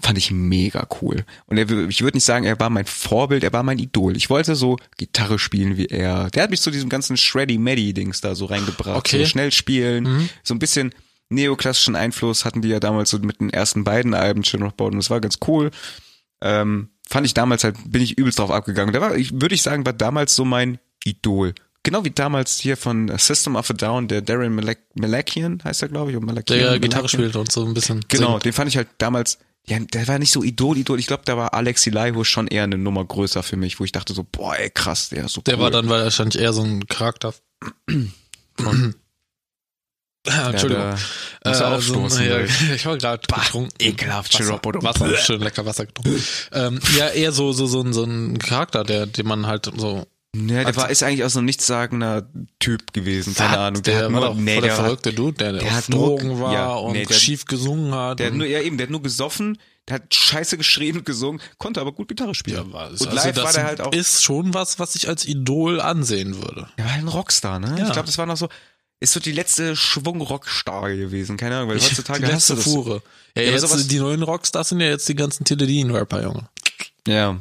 fand ich mega cool. Und er, ich würde nicht sagen, er war mein Vorbild, er war mein Idol. Ich wollte so Gitarre spielen wie er. Der hat mich zu diesem ganzen Shreddy-Meddy-Dings da so reingebracht. Okay. Mhm. So schnell spielen, so ein bisschen neoklassischen Einfluss hatten die ja damals so mit den ersten beiden Alben Children of Bottom. Das war ganz cool ähm, fand ich damals halt, bin ich übelst drauf abgegangen. Da war, ich, würde ich sagen, war damals so mein Idol. Genau wie damals hier von System of a Down, der Darren Malak Malakian heißt er, glaube ich, oder Malakian. der Gitarre Malakian. spielt und so ein bisschen. Genau, singt. den fand ich halt damals, ja, der war nicht so Idol, Idol. Ich glaube, da war Alexi Laiho schon eher eine Nummer größer für mich, wo ich dachte so, boah, ey, krass, der ist so Der cool. war dann wahrscheinlich eher so ein Charakter. Ah, Entschuldigung. Äh, Ja, da muss er aufstoßen. ja, ey. ich war gerade betrunken. ekelhaft, Wasser, Chirop oder- Wasser, schön lecker Wasser getrunken. ähm, ja, eher so, so, so, ein- so ein Charakter, der, den man halt so. Ja, der Also- war, ist eigentlich auch so ein nichtssagender Typ gewesen, keine Ahnung. Der, hat war nur- doch nee, voll der, der hat- verrückte Dude, der, der auf hat nur- Drogen war ja, und nee, der- schief gesungen hat. Der hat und, nur, ja eben, der hat nur gesoffen, der hat scheiße geschrieben und gesungen, konnte aber gut Gitarre spielen. ja, war, und also live das war der halt auch. ist schon was, was ich als Idol ansehen würde. Der war halt ein Rockstar, ne? Ja. Ich glaube, das war noch so, ist so die letzte Schwung Rockstar gewesen. Keine Ahnung, weil die heutzutage hast letzte du das. Fuhre. Ja, Ja, aber jetzt, sowas- die neuen Rockstars sind ja jetzt die ganzen Teledin-Rapper, Junge. Ja.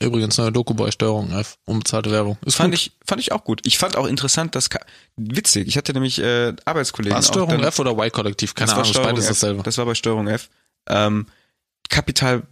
Übrigens, neue Doku bei Steuerung F. Unbezahlte Werbung. Ist Fand gut. ich, fand ich auch gut. Ich fand auch interessant, dass, Ka- witzig, ich hatte nämlich, äh, Arbeitskollegen. War es auch Steuerung dann- F oder Y-Kollektiv? Keine Das war Ahnung, ist Steuerung beides F. dasselbe. Das war bei Steuerung F. Ähm, Kapital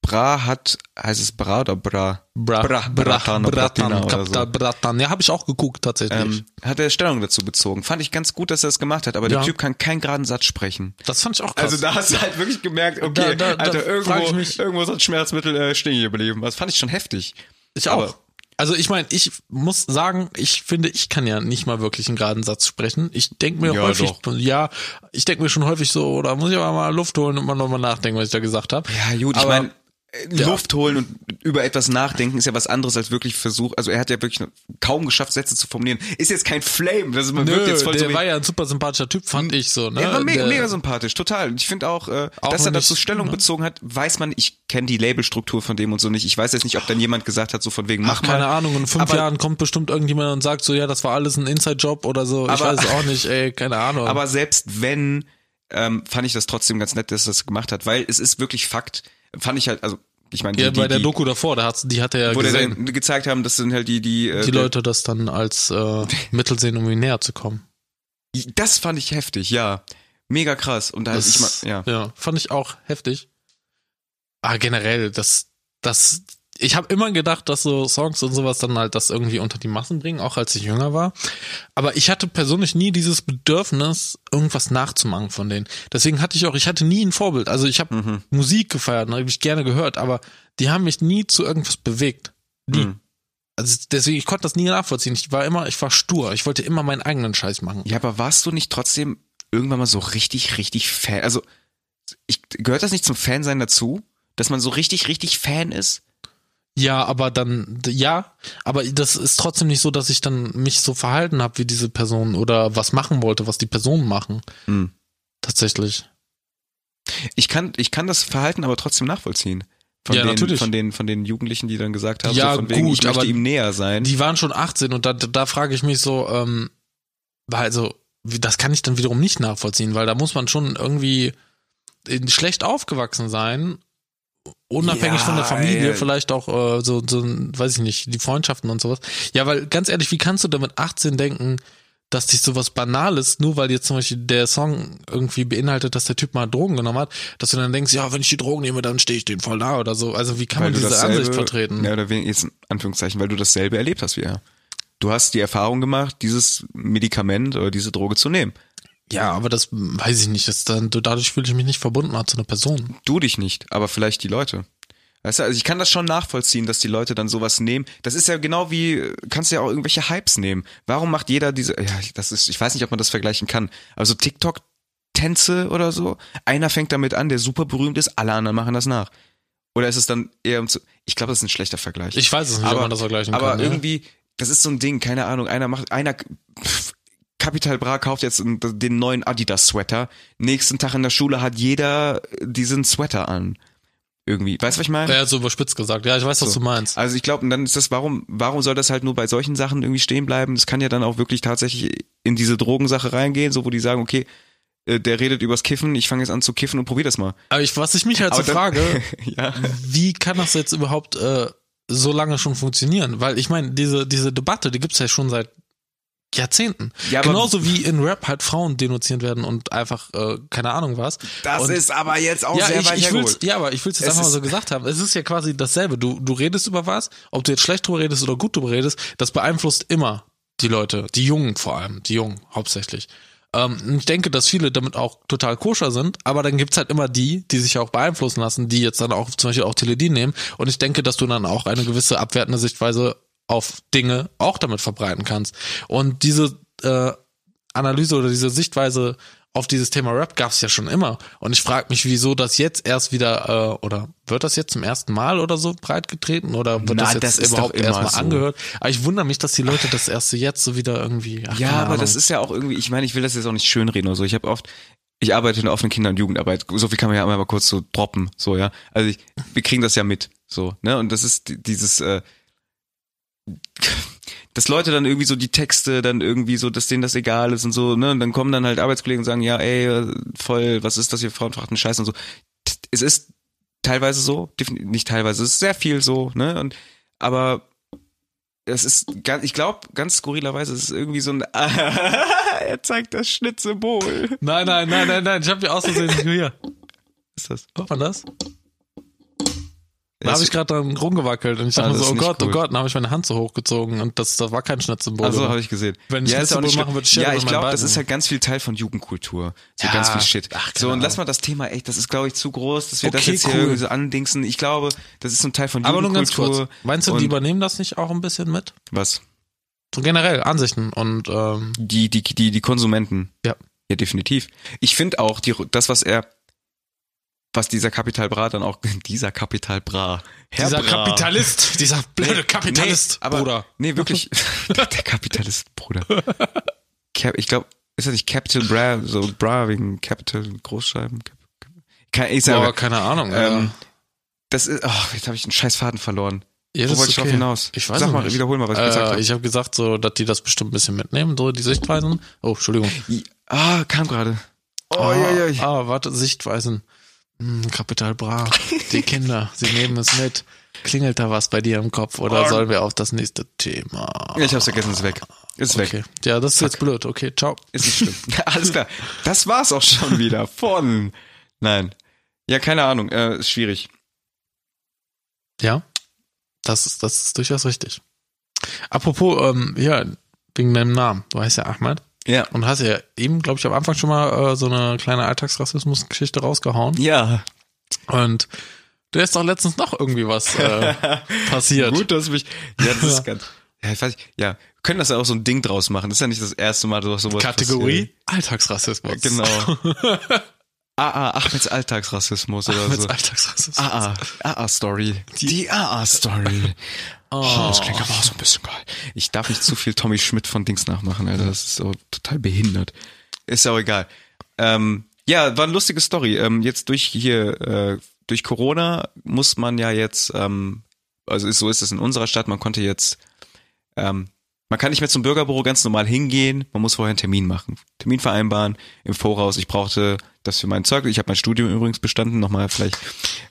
Bra hat, heißt es Bra oder Bra? Bra, Bra- Bratan oder Platina oder so. Kapital Bratan. Ja, habe ich auch geguckt tatsächlich. Ähm, hat er Stellung dazu bezogen. Fand ich ganz gut, dass er das gemacht hat, aber Ja. der Typ kann keinen geraden Satz sprechen. das fand ich auch krass. Also da hast du halt wirklich gemerkt, okay, Da- da- da Alter, frag ich irgendwo, mich- irgendwo ist das Schmerzmittel äh, stehen geblieben. Das fand ich schon heftig. ich aber- Also ich meine, ich muss sagen, ich finde, ich kann ja nicht mal wirklich einen geraden Satz sprechen. Ich denke mir Ja, häufig, ja, ich denke mir schon häufig so, oder muss ich aber mal Luft holen und mal nochmal nachdenken, was ich da gesagt habe. Ja, gut, ich Aber- meine, äh, Luft holen und über etwas nachdenken ist ja was anderes als wirklich Versuch. Also er hat ja wirklich kaum geschafft, Sätze zu formulieren. Ist jetzt kein Flame, das ist, man Nö, wirkt jetzt voll der so wie- war ja ein super sympathischer Typ, fand ich so. Ne? Er war mega, der, mega sympathisch, total. Und Ich finde auch, äh, Auch ne? dass er wenn dazu ich- Stellung bezogen hat, weiß man, ich kenne die Labelstruktur von dem und so nicht. Ich weiß jetzt nicht, ob dann jemand gesagt hat, so von wegen, mach Ach, keine mal. Ahnung, in fünf aber- Jahren kommt bestimmt irgendjemand und sagt so, ja, das war alles ein Inside-Job oder so. ich Aber- weiß es auch nicht, ey, keine Ahnung. Aber selbst wenn, ähm, fand ich das trotzdem ganz nett, dass er das gemacht hat, weil es ist wirklich Fakt, fand ich halt, also ich meine, die, ja, die, bei der die, Doku davor, da hat's, die hat er ja wo der gesehen. dann gezeigt haben, das sind halt die, die, äh, die Leute das dann als äh, Mittel sehen, um ihm näher zu kommen. Das fand ich heftig, ja. Mega krass. Und da Das Also ich mal, ja. fand ich auch heftig. Ah, generell, das, das, ich habe immer gedacht, dass so Songs und sowas dann halt das irgendwie unter die Massen bringen, auch als ich jünger war. Aber ich hatte persönlich nie dieses Bedürfnis, irgendwas nachzumachen von denen. Deswegen hatte ich auch, ich hatte nie ein Vorbild. Also ich habe Mhm. Musik gefeiert, habe ich gerne gehört, aber die haben mich nie zu irgendwas bewegt. Nie. Mhm. Also deswegen, ich konnte das nie nachvollziehen. Ich war immer, ich war stur. Ich wollte immer meinen eigenen Scheiß machen. Ja, aber warst du nicht trotzdem irgendwann mal so richtig, richtig Fan? Also, ich, gehört das nicht zum Fansein dazu? Dass man so richtig, richtig Fan ist? Ja, aber dann, d- ja, aber das ist trotzdem nicht so, dass ich dann mich so verhalten habe wie diese Person oder was machen wollte, was die Personen machen. Hm. Tatsächlich. Ich kann, ich kann das Verhalten aber trotzdem nachvollziehen. Von Ja, den, natürlich. Von den, von den Jugendlichen, die dann gesagt haben, Ja, so von wegen, gut, ich möchte aber ihm näher sein. Die waren schon 18 und da, da frage ich mich so, ähm, also, wie- das kann ich dann wiederum nicht nachvollziehen, weil da muss man schon irgendwie in- schlecht aufgewachsen sein, unabhängig Ja, von der Familie, ey. vielleicht auch äh, so, so, weiß ich nicht, die Freundschaften und sowas. Ja, weil ganz ehrlich, wie kannst du damit 18 denken, dass dich sowas Banales, nur weil jetzt zum Beispiel der Song irgendwie beinhaltet, dass der Typ mal Drogen genommen hat, dass du dann denkst, ja, wenn ich die Drogen nehme, dann stehe ich den voll nah oder so. Also wie kann man du diese dasselbe- Ansicht vertreten? Ja, oder wenigstens, in Anführungszeichen, weil du dasselbe erlebt hast wie er. Du hast die Erfahrung gemacht, dieses Medikament oder diese Droge zu nehmen. Ja, aber das hm, weiß ich nicht. Das dann, dadurch fühle ich mich nicht verbunden mal zu einer Person. du dich nicht, aber vielleicht die Leute. Weißt du, also ich kann das schon nachvollziehen, dass die Leute dann sowas nehmen. Das ist ja genau wie, äh, kannst du ja auch irgendwelche Hypes nehmen. Warum macht jeder diese, ja, ich- das ist, ich weiß nicht, ob man das vergleichen kann. Also TikTok-Tänze oder so. Einer fängt damit an, der super berühmt ist, alle anderen machen das nach. Oder ist es dann eher um zu, ich glaube, das ist ein schlechter Vergleich. Ich weiß es nicht, ob man das vergleichen aber kann. ja. irgendwie, das ist so ein Ding, keine Ahnung, einer macht, einer, pff, Capital Bra kauft jetzt den neuen Adidas-Sweater. Nächsten Tag in der Schule hat jeder äh, diesen Sweater an. Irgendwie. Weißt du, was ich meine? Er hat so überspitzt gesagt. Ja, ich weiß, was So. du meinst. Also ich glaube, und dann ist das, warum, warum soll das halt nur bei solchen Sachen irgendwie stehen bleiben? Das kann ja dann auch wirklich tatsächlich in diese Drogensache reingehen, so wo die sagen, okay, äh, der redet übers Kiffen, ich fange jetzt an zu kiffen und probier das mal. Aber ich, was ich mich halt so Aber dann- frage, ja. wie kann das jetzt überhaupt äh, so lange schon funktionieren? Weil ich meine, diese, diese Debatte, die gibt's ja schon seit Jahrzehnten. Ja, aber- Genauso wie in Rap halt Frauen denunziert werden und einfach, äh, keine Ahnung was. und aber jetzt auch ja, ich, ich will's, ja, aber ich will's Es jetzt einfach mal ist- so gesagt haben. Es ist ja quasi dasselbe. Du, du redest über was, ob du jetzt schlecht drüber redest oder gut drüber redest, das beeinflusst immer die Leute, die Jungen vor allem, die Jungen hauptsächlich. Ähm, ich denke, dass viele damit auch total koscher sind, aber dann gibt's halt immer die, die sich auch beeinflussen lassen, die jetzt dann auch zum Beispiel auch Teledin nehmen. Und ich denke, dass du dann auch eine gewisse abwertende Sichtweise auf Dinge auch damit verbreiten kannst. Und diese äh, Analyse oder diese Sichtweise auf dieses Thema Rap gab es ja schon immer. Und ich frage mich, wieso das jetzt erst wieder, äh, oder wird das jetzt zum ersten Mal oder so breitgetreten oder wird Na, das jetzt das ist überhaupt doch immer erstmal so. angehört? Aber ich wundere mich, dass die Leute das erst so jetzt so wieder irgendwie. Ach, Ja, keine aber Ahnung. das ist ja auch irgendwie, ich meine, ich will das jetzt auch nicht schönreden oder so. Ich habe oft, ich arbeite in der offenen Kinder- und Jugendarbeit. So viel kann man ja immer mal kurz so droppen, so, ja. Also ich, wir kriegen das ja mit, so, ne? Und das ist die- dieses, äh, dass Leute dann irgendwie so die Texte dann irgendwie so, dass denen das egal ist und so, ne? Und dann kommen dann halt Arbeitskollegen und sagen, ja, ey, äh, voll, was ist das hier, Frauenverachten, Scheiß und so. Es ist teilweise so, defin- nicht teilweise, es ist sehr viel so, ne? Und, aber das ist, ganz, ich glaube, ganz skurrilerweise ist es irgendwie so ein, er zeigt das Schnittsymbol. Nein, nein, nein, nein, nein. Ich habe hier ausgesehen, hier. Ist das? Hört man das? Da habe ich gerade dran rumgewackelt und ich Ah, dachte mir das so, ist oh nicht Gott, oh cool. Gott, dann habe ich meine Hand so hochgezogen und das, das war kein Schnittsymbol. Also habe ich gesehen. Wenn ich ist auch Schnittsymbol nicht schlimm. machen würde, ich scheren ja, ich mit meinen glaube, Beinen. das ist halt ganz viel Teil von Jugendkultur. So Ja. ganz viel Shit. Ach, keine so, und Ahnung. lass mal das Thema echt, das ist, glaube ich, zu groß, dass wir das Okay, jetzt cool. hier irgendwie so andingsen. Ich glaube, das ist so ein Teil von aber nur ganz Jugendkultur. kurz. Meinst du, und die übernehmen das nicht auch ein bisschen mit? was? So generell Ansichten und ähm, Die, die, die, die Konsumenten. Ja. Ja, definitiv. Ich finde auch, die, das, was er, was dieser Kapital Bra dann auch, dieser Kapital Bra. Herr dieser Bra. Kapitalist, dieser blöde Kapitalist, nee, aber, Bruder. Nee, wirklich. der Kapitalist, Bruder. Cap, ich glaube, ist das nicht Capital Bra, so Bra wegen Capital Großschreiben? Cap, Cap, Ke- ich Boah, sage, keine Ahnung. ähm, Ähm, das ist, ach, jetzt habe ich einen scheiß Faden verloren. ja, Wo das wollte ist ich okay. drauf hinaus? Ich weiß Sag es mal, nicht. wiederhol mal, was ich gesagt äh, habe. ich habe gesagt, so, dass die das bestimmt ein bisschen mitnehmen, so die Sichtweisen. Oh, Entschuldigung. I- Ah, kam gerade. Oh, ah, ja, ja, ja. Ah, warte, Sichtweisen. Hm, Kapital Bra. Die Kinder, sie nehmen es mit. Klingelt da was bei dir im Kopf oder Oh. sollen wir auf das nächste Thema? Ich hab's vergessen, ist weg. Ist weg. Okay. Ja, das ist jetzt blöd. Okay, ciao. Ist nicht schlimm. Alles klar. Das war's auch schon wieder von. Nein. Ja, keine Ahnung. Äh, ist schwierig. Ja, das ist, das ist durchaus richtig. Apropos, ähm, ja, wegen deinem Namen. Du heißt ja Ahmad Ja. und hast ja eben, glaube ich, am Anfang schon mal äh, so eine kleine Alltagsrassismus-Geschichte rausgehauen. Ja. Und du hast doch letztens noch irgendwie was äh, passiert. Gut, dass mich. Ja, das ist ganz. Ja, ich weiß nicht, ja, wir können das ja auch so ein Ding draus machen. Das ist ja nicht das erste Mal, dass sowas Kategorie Alltagsrassismus. Passiert. Genau. AA, Ahmeds Alltagsrassismus oder Mit so. Ah, Alltagsrassismus. AA, AA-Story. Die, AA-Story. Oh. das klingt aber auch so ein bisschen geil. Ich darf nicht zu viel Tommy Schmidt von Dings nachmachen, Alter. Das ist so total behindert. Ist auch egal. Ähm, ja, war eine lustige Story. Ähm, jetzt durch hier, äh, durch Corona muss man ja jetzt, ähm, also ist, so ist es in unserer Stadt, man konnte jetzt, ähm, man kann nicht mehr zum Bürgerbüro ganz normal hingehen, man muss vorher einen Termin machen. Termin vereinbaren im Voraus. Ich brauchte das für mein Zeugnis. Ich habe mein Studium übrigens bestanden, nochmal vielleicht.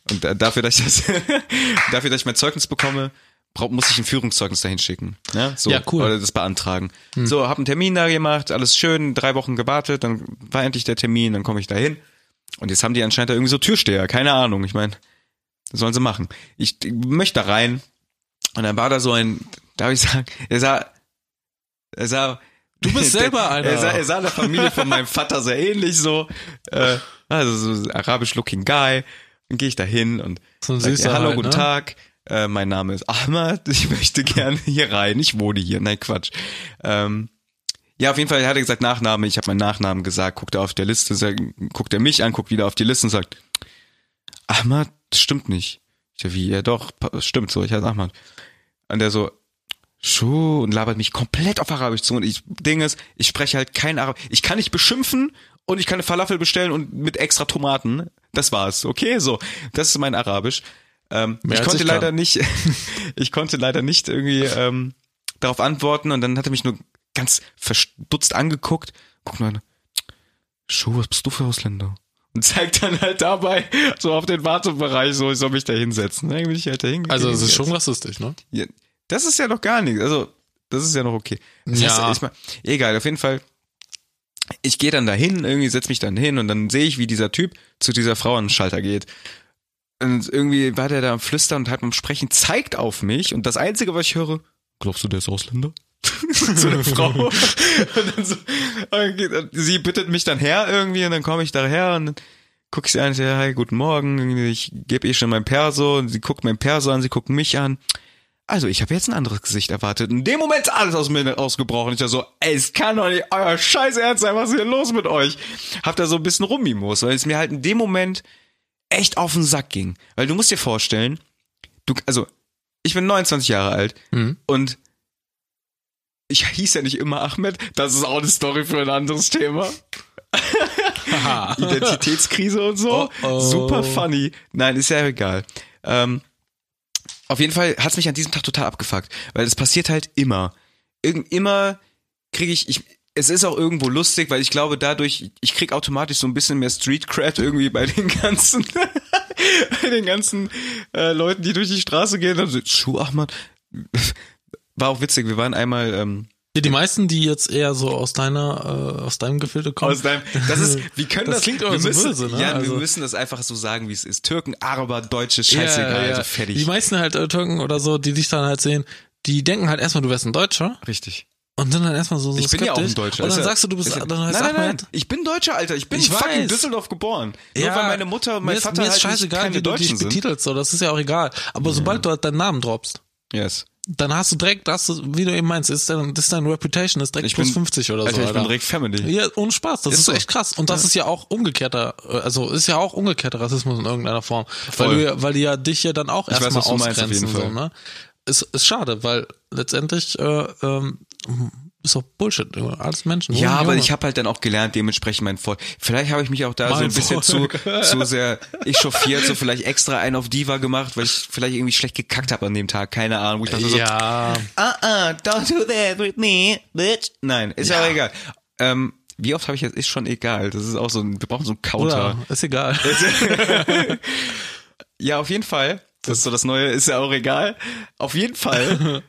Und äh, dafür, dass ich das, dafür, dass ich mein Zeugnis bekomme, brauch, muss ich ein Führungszeugnis dahin schicken. Ja, so, Ja, cool. Hm. Oder das beantragen. So, habe einen Termin da gemacht, alles schön, drei Wochen gewartet, dann war endlich der Termin, dann komme ich da hin. Und jetzt haben die anscheinend da irgendwie so Türsteher, keine Ahnung. Ich meine, sollen sie machen. Ich, ich möchte da rein. Und dann war da so ein, darf ich sagen, er sah, er sah. Du bist selber einer. Er sah, er sah der Familie von meinem Vater sehr ähnlich so. Äh, also so arabisch looking guy. Dann gehe ich da hin und So ein sag, süßer ja, hallo, halt, guten ne? Tag. Äh, mein Name ist Ahmad. Ich möchte gerne hier rein. Ich wohne hier. Nein, Quatsch. Ähm, ja, auf jeden Fall hat er gesagt Nachname. Ich habe meinen Nachnamen gesagt. Guckt er auf der Liste, sagt- guckt er mich an, guckt wieder auf die Liste und sagt, Ahmad, das stimmt nicht. Ich so, wie, ja doch, pa- das stimmt so, ich heiße Ahmad. Und der so, Schuh und labert mich komplett auf Arabisch zu. Und ich Ding ist, ich spreche halt kein Arabisch. Ich kann nicht beschimpfen und ich kann eine Falafel bestellen und mit extra Tomaten. Das war's. Okay, so. Das ist mein Arabisch. Ähm, Mehr ich als konnte ich leider kann. nicht, ich konnte leider nicht irgendwie ähm, darauf antworten und dann hat er mich nur ganz verdutzt angeguckt. Guck mal, Schuh, was bist du für Ausländer? Und zeigt dann halt dabei so auf den Wartebereich, so ich soll mich da hinsetzen. Dann bin ich halt da hingegangen. Also es ist schon rassistisch, ne? Ja, das ist ja noch gar nichts. Also, das ist ja noch okay. Das Ja. heißt, ich mein, egal, auf jeden Fall. Ich gehe dann dahin, irgendwie setz mich dann hin und dann sehe ich, wie dieser Typ zu dieser Frau an den Schalter geht. Und irgendwie war der da am Flüstern und hat am Sprechen, zeigt auf mich und das Einzige, was ich höre, glaubst du, der ist Ausländer? zu der Frau. und dann so, und geht- und sie bittet mich dann her irgendwie und dann komme ich daher und dann guck ich sie an und sage, hi, guten Morgen, ich gebe ihr schon mein Perso und sie guckt mein Perso an, sie guckt mich an. Also, ich habe jetzt ein anderes Gesicht erwartet. In dem Moment ist alles aus mir ausgebrochen. Ich war so, ey, es kann doch nicht euer scheiß Ernst sein, was ist hier los mit euch? Hab da so ein bisschen rummimos, weil es mir halt in dem Moment echt auf den Sack ging. Weil du musst dir vorstellen, du, also, ich bin 29 Jahre alt Mhm. und ich hieß ja nicht immer Ahmed. Das ist auch eine Story für ein anderes Thema. Identitätskrise und so. Oh, oh. Super funny. Nein, ist ja egal. Ähm, auf jeden Fall hat's mich an diesem Tag total abgefuckt, weil das passiert halt immer. Irgend immer kriege ich, ich, es ist auch irgendwo lustig, weil ich glaube dadurch, ich krieg automatisch so ein bisschen mehr Street Cred irgendwie bei den ganzen, bei den ganzen äh, Leuten, die durch die Straße gehen. Und so, Schuh Ahmad. War auch witzig, wir waren einmal, ähm, Ja, die meisten, die jetzt eher so aus deiner, äh, aus deinem Gefilde kommen. aus deinem, das ist, wie können das, Das klingt wir aber so müssen, böse, ne? Ja, Also- wir müssen das einfach so sagen, wie es ist. Türken, Araber, Deutsche, Ja, scheißegal, ja. also fertig. Die meisten halt äh, Türken oder so, die dich dann halt sehen, die denken halt erstmal, du wärst ein Deutscher Richtig. und sind dann erstmal so, so Ich bin ja auch ein skeptisch. Deutscher. Und Ist dann ja- sagst du, du bist, ist ja- dann heißt nein, nein, nein, Ahmed. ich bin Deutscher, Alter. Ich bin Ich in fucking weiß. Düsseldorf geboren. Nur weil meine Mutter und mein mir ist, Vater mir ist halt scheißegal, keine wie du Deutschen dich sind. betitelst, so, das ist ja auch egal. Aber sobald du halt deinen Namen droppst, Yes. dann hast du direkt, hast du, wie du eben meinst, ist dein, das ist deine Reputation, ist direkt Ich plus bin- 50 oder Alter, so. ich bin direkt Family. Ja, ohne Spaß, das Ist ist, so. echt krass. Und das ist ja auch umgekehrter, äh, also ist ja auch umgekehrter Rassismus in irgendeiner Form. Voll. Weil, du, ja- weil die ja dich ja dann auch weiß, erstmal was du meinst, auf ausgrenzen. jeden So, Fall. ne? ist, ist schade, weil letztendlich äh, ähm, ist doch Bullshit. Junge. Alles Menschen. Ja, aber ich habe habe halt dann auch gelernt, dementsprechend mein Volk. Vielleicht habe ich mich auch da so Mein ein bisschen zu, Volk. zu sehr echauffiert, so vielleicht extra einen auf Diva gemacht, weil ich vielleicht irgendwie schlecht gekackt habe an dem Tag. Keine Ahnung, wo ich Also, dachte so, Ja, uh-uh, don't do that with me, bitch. Nein, ist ja auch egal. Ähm, wie oft habe ich jetzt, ist schon egal. Das ist auch so ein, wir brauchen so einen Counter. oder? Ist egal. Ja, auf jeden Fall. Das ist so das Neue, ist ja auch egal. Auf jeden Fall.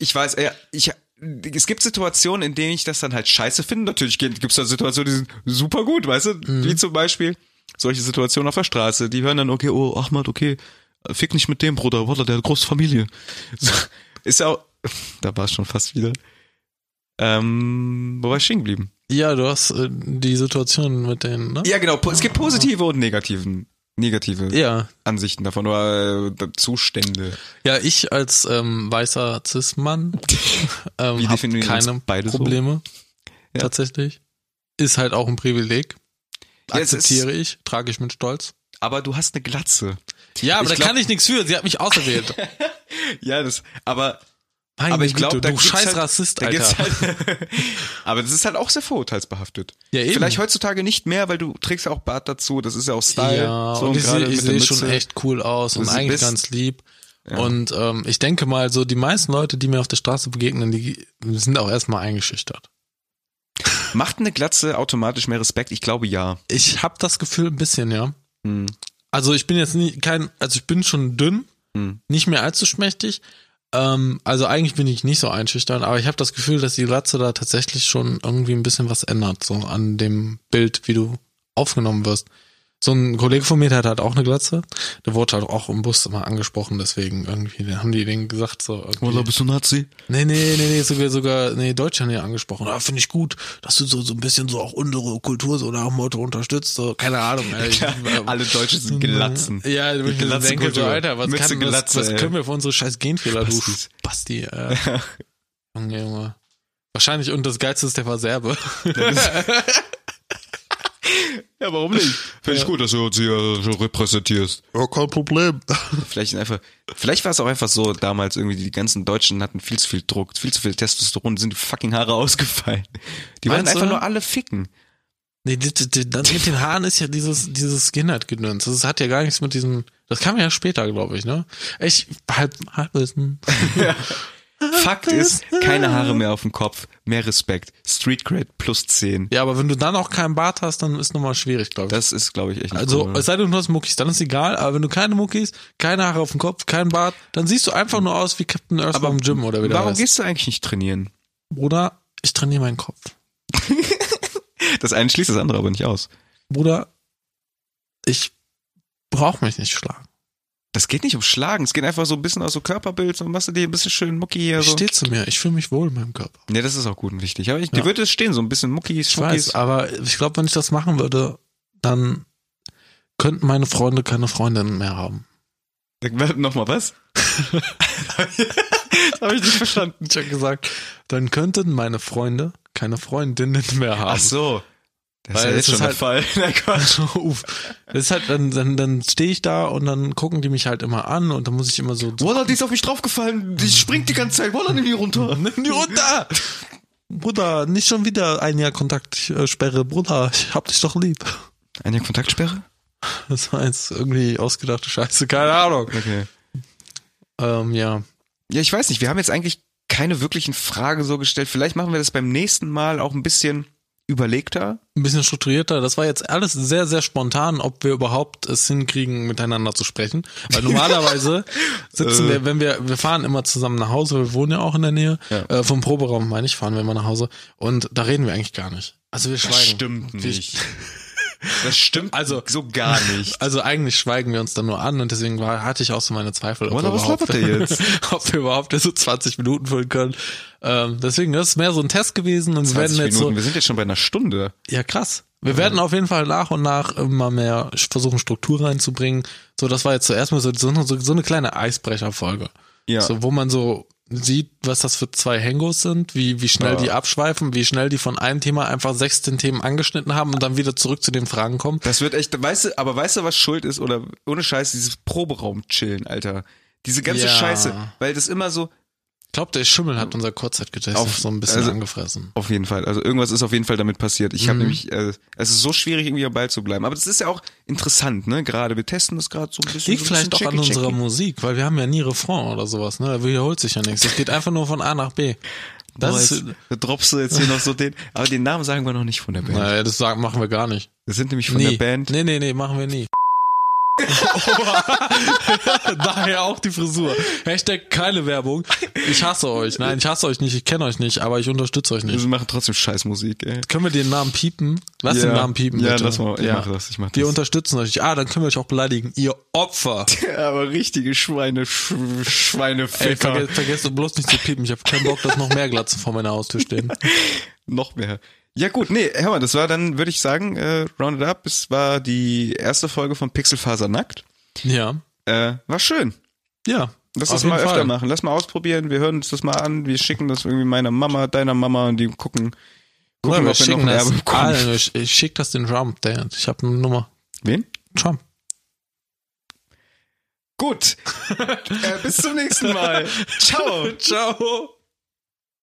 Ich weiß, ja, ich, es gibt Situationen, in denen ich das dann halt scheiße finde. Natürlich gibt es da Situationen, die sind super gut, weißt du? Wie zum Beispiel solche Situationen auf der Straße. Die hören dann, okay, oh, Ahmad, okay, fick nicht mit dem, Bruder, Bruder, der hat große Familie. So, ist ja auch, da war es schon fast wieder. Ähm, wo war ich stehen geblieben? Ja, du hast äh, die Situation mit den, ne? Ja, genau, po- es gibt positive und negativen, negative Ja. Ansichten davon oder äh, Zustände. Ja, ich als ähm, weißer Cis-Mann ähm, Wie hab definieren wir uns keine beide so? Probleme. Ja. Tatsächlich. Ist halt auch ein Privileg. Ja, es Akzeptiere ich, trage ich mit Stolz. Aber du hast eine Glatze. Ja, aber Ich da glaub- kann ich nichts für. Sie hat mich auserwählt. Ja, das, aber, Meine aber ich Güte, glaube, da du gibt's scheiß halt, Rassist, da Alter. gibt's Halt, aber das ist halt auch sehr vorurteilsbehaftet. Ja, eben. Vielleicht heutzutage nicht mehr, weil du trägst ja auch Bart dazu, das ist ja auch Style. ja, so und ich gerade sehe mit ich der seh schon Mütze. echt cool aus und Also du eigentlich bist- ganz lieb. Und ähm, ich denke mal, so die meisten Leute, die mir auf der Straße begegnen, die sind auch erstmal eingeschüchtert. Macht eine Glatze automatisch mehr Respekt? Ich glaube ja. Ich habe das Gefühl ein bisschen, ja. Hm. Also ich bin jetzt nie, kein, also ich bin schon dünn, Hm. nicht mehr allzu schmächtig. Ähm, also eigentlich bin ich nicht so einschüchtern, aber ich habe das Gefühl, dass die Glatze da tatsächlich schon irgendwie ein bisschen was ändert, so an dem Bild, wie du aufgenommen wirst. So ein Kollege von mir, der hat halt auch eine Glatze. Der wurde halt auch im Bus immer angesprochen, deswegen irgendwie, dann haben die denen gesagt, so irgendwie, bist du Nazi? Nee, nee, nee, nee, sogar, sogar, nee, Deutsche haben ja angesprochen. Ah, finde ich gut, dass du so, so ein bisschen so auch unsere Kultur so nach dem Motto unterstützt, so, keine Ahnung, ey. Ich- äh, Alle Deutschen sind Glatzen. Ja, wenn ich mir so Glatzenkultur. denke, so, Alter, was, Mütze kann, was, Glatze, was ey. können wir für unsere scheiß Genfehler, du Spastis. Spasti, äh. Junge, Junge. Wahrscheinlich, und das Geilste ist, der war Serbe. Ja, warum nicht? Finde ich gut, dass du uns hier so repräsentierst. Ja, kein Problem. Vielleicht einfach, vielleicht war es auch einfach so damals irgendwie, die ganzen Deutschen hatten viel zu viel Druck, viel zu viel Testosteron, sind die fucking Haare ausgefallen. Die wollten Meinst du? einfach nur alle ficken. Nee, die, die, die, das mit den Haaren ist ja dieses, dieses Skinhead-Gedöns. Das hat ja gar nichts mit diesem, das kam ja später, glaube ich, ne? Ich, halb, halbwissen. Fakt ist, keine Haare mehr auf dem Kopf, mehr Respekt. Street Grade plus 10. Ja, aber wenn du dann auch keinen Bart hast, dann ist nochmal schwierig, glaube ich. Das ist, glaube ich, echt nicht also, cool, ne? es sei denn, du hast Muckis, dann ist egal, aber wenn du keine Muckis, keine Haare auf dem Kopf, kein Bart, dann siehst du einfach nur aus wie Captain Earth beim Gym oder wie der Warum heißt. gehst du eigentlich nicht trainieren? Bruder, ich trainiere meinen Kopf. Das eine schließt das andere aber nicht aus. Bruder, ich brauche mich nicht schlagen. Das geht nicht um Schlagen, es geht einfach so ein bisschen aus so Körperbild, so machst du dir ein bisschen schön Mucki hier. Ich So. stehe zu mir, ich fühle mich wohl in meinem Körper. Ja, das ist auch gut und wichtig. Aber ich, Ja. dir würde es stehen, so ein bisschen Muckis, Ich weiß, Schmuckis. aber ich glaube, wenn ich das machen würde, dann könnten meine Freunde keine Freundinnen mehr haben. Nochmal was? das habe ich nicht verstanden. Ich habe gesagt, dann könnten meine Freunde keine Freundinnen mehr haben. Ach so. Das Weil es ist Fall. Na Gott. Also, Uff. Das ist halt, dann, dann, dann stehe ich da und dann gucken die mich halt immer an und dann muss ich immer so. so Walla, die ist auf mich draufgefallen. Die springt die ganze Zeit. Walla, nimm die runter. Nimm die runter! Bruder, nicht schon wieder ein Jahr Kontaktsperre. Bruder, ich hab dich doch lieb. Eine Kontaktsperre? Das war jetzt irgendwie ausgedachte Scheiße, keine Ahnung. Okay. Ähm, ja. Ja, ich weiß nicht. Wir haben jetzt eigentlich keine wirklichen Fragen so gestellt. Vielleicht machen wir das beim nächsten Mal auch ein bisschen überlegter. ein bisschen strukturierter. Das war jetzt alles sehr, sehr spontan, ob wir überhaupt es hinkriegen, miteinander zu sprechen. Weil normalerweise sitzen wir, wenn wir, wir fahren immer zusammen nach Hause, wir wohnen ja auch in der Nähe, Äh. Ja. äh, vom Proberaum meine ich, fahren wir immer nach Hause und da reden wir eigentlich gar nicht. Also wir schweigen. Wir- Das stimmt Also- so gar nicht. Also eigentlich schweigen wir uns dann nur an und deswegen war, hatte ich auch so meine Zweifel, ob, Walla, wir was überhaupt, labert der jetzt? ob wir überhaupt so 20 Minuten füllen können. Ähm, deswegen, das ist mehr so ein Test gewesen und wir werden 20 jetzt Minuten. so, Wir sind jetzt schon bei einer Stunde. Ja, krass. Wir werden auf jeden Fall nach und nach immer mehr versuchen, Struktur reinzubringen. So, das war jetzt zuerst mal so, so, so, so eine kleine Eisbrecherfolge. Ja. So, wo man so sieht, was das für zwei Hengos sind, wie, wie schnell Ja. die abschweifen, wie schnell die von einem Thema einfach 16 Themen angeschnitten haben und dann wieder zurück zu den Fragen kommen. Das wird echt, weißt du, aber weißt du, was schuld ist? Oder ohne Scheiß, dieses Proberaum-Chillen, Alter. Diese ganze Ja. Scheiße, weil das immer so, Ich glaube, der Schimmel hat unser Kurzzeitgedächtnis Auf- so ein bisschen also- angefressen. Auf jeden Fall. Also irgendwas ist auf jeden Fall damit passiert. Ich Mhm. habe nämlich, äh, es ist so schwierig, irgendwie am Ball zu bleiben. Aber das ist ja auch interessant, ne? Gerade wir testen das gerade so ein bisschen. Liegt so ein vielleicht auch bisschen an checky, unserer checky. Musik, weil wir haben ja nie Refrain oder sowas, ne? Da wiederholt sich ja nichts. Es geht einfach nur von A nach B. Boah, Das ist, jetzt, da droppst du jetzt hier noch so den. Aber den Namen sagen wir noch nicht von der Band. naja, das sagen, machen wir gar nicht. Das sind nämlich von nee. der Band. Nee, nee, nee, machen wir nie. Daher auch die Frisur. Hashtag keine Werbung. Ich hasse euch. Nein, ich hasse euch nicht. Ich kenne euch nicht, aber ich unterstütze euch Wir nicht. machen trotzdem Scheißmusik, ey. Können wir den Namen piepen? Lass den Namen piepen. Ja, bitte. lass mal. Ich Ja. mach das. Ich mach Wir das. unterstützen euch. Ah, dann können wir euch auch beleidigen. Ihr Opfer. aber richtige Schweine, Sch Ey, Schweineficker. vergesst, vergesst du bloß nicht zu piepen. Ich habe keinen Bock, dass noch mehr Glatzen vor meiner Haustür stehen. Noch mehr. Ja gut, nee, hör mal, das war dann, würde ich sagen, äh, Rounded Up. Es war die erste Folge von Pixelfaser Nackt. Ja. Äh, war schön. Ja. Lass Auf das mal jeden öfter Fall. machen. Lass mal ausprobieren. Wir hören uns das mal an. Wir schicken das irgendwie meiner Mama, deiner Mama und die gucken, Oder gucken wir ob wir noch schicken ein das. Erbe bekommen. Alter, ich, ich schick das den Trump. Der, ich habe eine Nummer. Wen? Trump. Gut. äh, bis zum nächsten Mal. Ciao. Ciao.